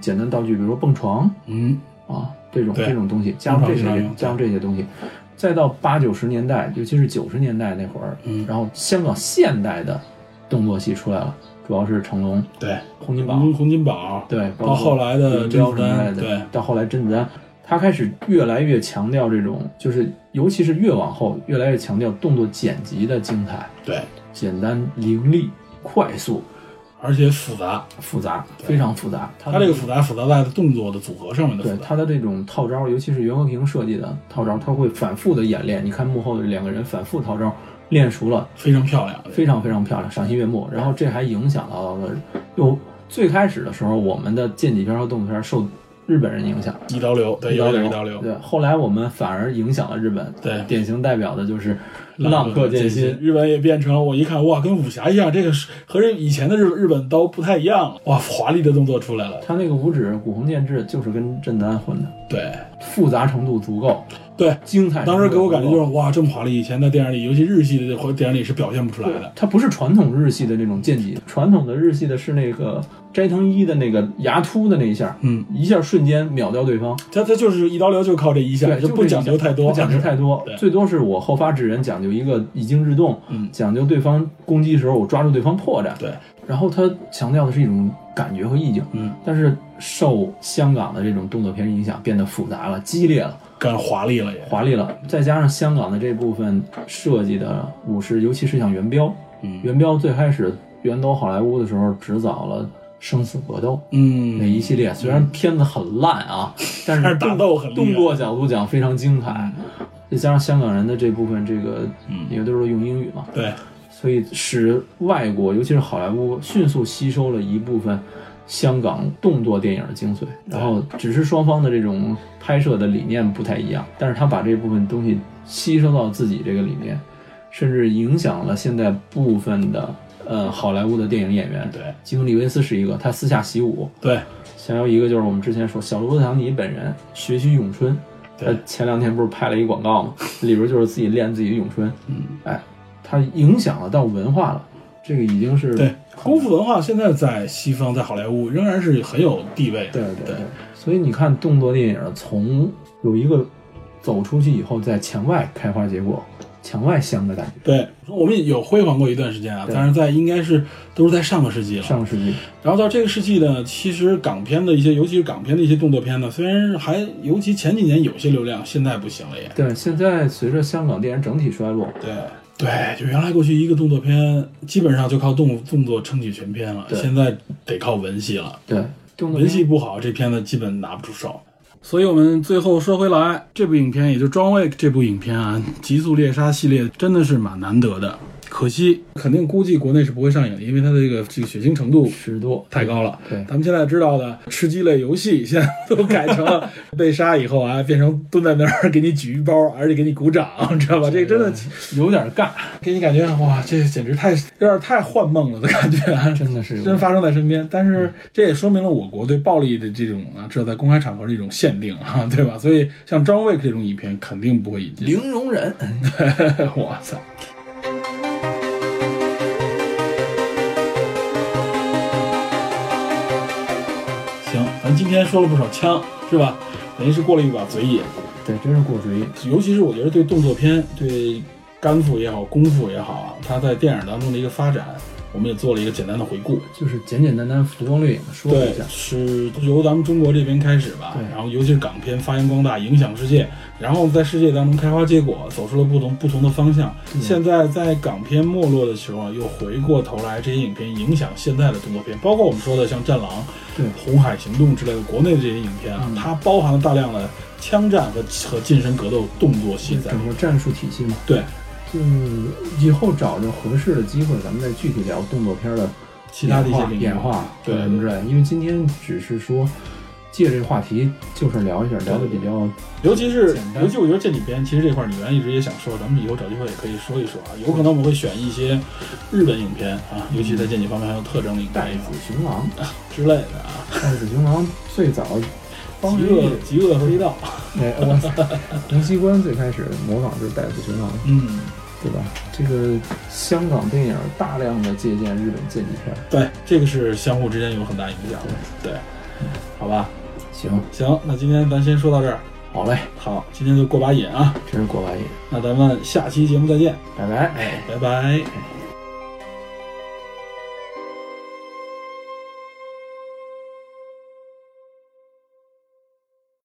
C: 简单道具，比如说蹦床
B: 嗯，
C: 啊这种
B: 对
C: 这种东西，加入这
B: 蹦床
C: 些
B: 上
C: 加入这些东西，再到八九十年代，尤其是九十年代那会儿，
B: 嗯
C: 然后香港现代的动作戏出来了，主要是成龙、
B: 对，
C: 洪金宝，
B: 洪洪金宝，
C: 对，
B: 到
C: 包括
B: 后来的
C: 林
B: 甄
C: 彪
B: 子
C: 什么
B: 丹，
C: 之类
B: 对
C: 的，，到后来甄子丹，他开始越来越强调这种，就是尤其是越往后，越来越强调动作剪辑的精彩、
B: 对，
C: 简单、凌厉、快速、
B: 而且复杂，
C: 复杂，非常复杂。他
B: 它这个复杂复杂在动作的组合上面的
C: 对
B: 复杂。
C: 他的这种套招，尤其是袁和平设计的套招，他会反复的演练。你看幕后的两个人反复套招，练熟了，
B: 非常漂亮，
C: 非常非常漂亮，赏心悦目。然后这还影响到了又最开始的时候，我们的剑戟片和动作片受日本人影响，
B: 一刀流，对，有点一刀流，
C: 对，后来我们反而影响了日本。
B: 对
C: 典型代表的就是浪客剑心。
B: 日本也变成我一看哇，跟武侠一样，这个是和人以前的日日本刀不太一样了，哇，华丽的动作出来了，
C: 他那个五指古横剑志就是跟甄子丹混的，
B: 对
C: 复杂程度足够，
B: 对，
C: 精彩程度
B: 当时给我感觉就
C: 足
B: 是
C: 够
B: 哇，这么华丽，以前在电影里，尤其日系的电影里是表现不出来的，
C: 它不是传统日系的那种剑戟，传统的日系的是那个斋藤一的那个牙突的那一下，
B: 嗯，
C: 一下瞬间秒掉对方，
B: 他他就是一刀流，就靠这一下，
C: 对，
B: 就不讲究太多，
C: 不讲究太多
B: 对，
C: 最多是我后发制人，讲究一个以静制动，
B: 嗯
C: 讲究对方攻击时候我抓住对方破绽，
B: 对，
C: 然后他强调的是一种感觉和意境，
B: 嗯，
C: 但是受香港的这种动作片影响，变得复杂了、激烈了、
B: 干华丽了也，
C: 华丽了，再加上香港的这部分设计的武士，尤其是像元彪，
B: 嗯
C: 元彪最开始远走好莱坞的时候，执导了《生死格斗》那
B: 嗯，
C: 一系列，虽然片子很烂 啊，
B: 但
C: 但是
B: 是打
C: 动
B: 斗很厉害嗯
C: 动作角度讲非常精彩，再加上香港人的这部分这个，因为都是用英语嘛，
B: 对，
C: 所以使外国，尤其是好莱坞，迅速吸收了一部分香港动作电影的精髓。然后，只是双方的这种拍摄的理念不太一样，但是他把这部分东西吸收到自己这个理念，甚至影响了现在部分的呃好莱坞的电影演员。
B: 对
C: 基努里维斯是一个，他私下习武。
B: 对
C: 想要一个就是我们之前说小罗伯特唐尼本人学习咏春，
B: 对
C: 他前两天不是拍了一 广告吗？里边就是自己练自己的咏春，嗯，哎，他影响了到文化了，这个已经是
B: 对，功夫文化现在在西方，在好莱坞仍然是很有地位的，
C: 对对对，所以你看动作电影从有一个走出去以后，在墙外开花结果，墙外香的感觉，
B: 对，我们有辉煌过一段时间啊，
C: 对
B: 但是在应该是都是在上个世纪了。
C: 上个世纪
B: 然后到这个世纪呢，其实港片的一些，尤其是港片的一些动作片呢，虽然还尤其前几年有些流量，现在不行了也。
C: 对，现在随着香港电影整体衰落，
B: 对对，就原来过去一个动作片基本上就靠动动作撑起全片了，
C: 对
B: 现在得靠文戏了。
C: 对，动作
B: 文
C: 片
B: 戏不好，这片子基本拿不出手。所以，我们最后说回来，这部影片，也就《John Wick》这部影片啊，《极速猎杀》系列真的是蛮难得的。可惜，肯定估计国内是不会上映的，因为它的这个这个血腥程度
C: 十多，
B: 太高了。
C: 对
B: 咱们现在知道的吃鸡类游戏， 现在都改成 了被杀以后啊，变成蹲在那儿给你举一包，而且给你鼓掌，你知道吧？这个真的
C: 有点尬，
B: 给你感觉哇，这简直太有点太幻梦了的感觉啊、
C: 真的是有
B: 真
C: 点
B: 发生在身边。但是这也说明了我国对暴力的这种啊，这在公开场合的一种限定啊，对吧？所以像张 Wick 这种影片肯定不会引进。
C: 零容忍。
B: 哇塞！行，咱今天说了不少枪，是吧？等于是过了一把嘴瘾，
C: 对，真是过嘴瘾。
B: 尤其是我觉得对动作片、对干腹也好、功夫也好啊，它在电影当中的一个发展，我们也做了一个简单的回顾。
C: 就是简简单单浮光掠影地说了
B: 对
C: 一下，，
B: 是由咱们中国这边开始吧
C: 对，
B: 然后尤其是港片发扬光大，影响世界，然后在世界当中开花结果，走出了不同不同的方向。
C: 嗯
B: 现在在港片没落的时候，啊又回过头来，这些影片影响现在的动作片，包括我们说的像《战狼》
C: 对嗯
B: 《红海行动》之类的国内的这些影片啊，它包含了大量的枪战和和近身格斗动作戏在。
C: 整个战术体系嘛。
B: 对，
C: 嗯，以后找着合适的机会，咱们再具体聊动作片的
B: 其他的一些
C: 演化
B: 领域
C: 演化
B: 对
C: 什么之类的。因为今天只是说借这个话题，就是聊一下，聊的比较
B: 尤其是
C: 简单
B: 尤其我觉得这几篇其实这块儿李源一直也想说，咱们以后找机会也可以说一说啊。有可能我们会选一些日本影片啊，尤其在剑戟方面还有特征的影片啊
C: 嗯带子熊狼。
B: 之类的啊。
C: 带子熊狼最早，
B: 极恶极恶黑道，
C: 哎，哇塞，洪熙官最开始模仿就是带子熊狼，
B: 嗯，
C: 对吧？这个香港电影大量的借鉴日本剑戟片儿。
B: 对，这个是相互之间有很大影响的，对，好吧。
C: 行，
B: 行，那今天咱先说到这儿。
C: 好嘞，
B: 好，今天就过把瘾啊，
C: 真是过把瘾，
B: 那咱们下期节目再见，
C: 拜拜。
B: 拜拜。
C: 哎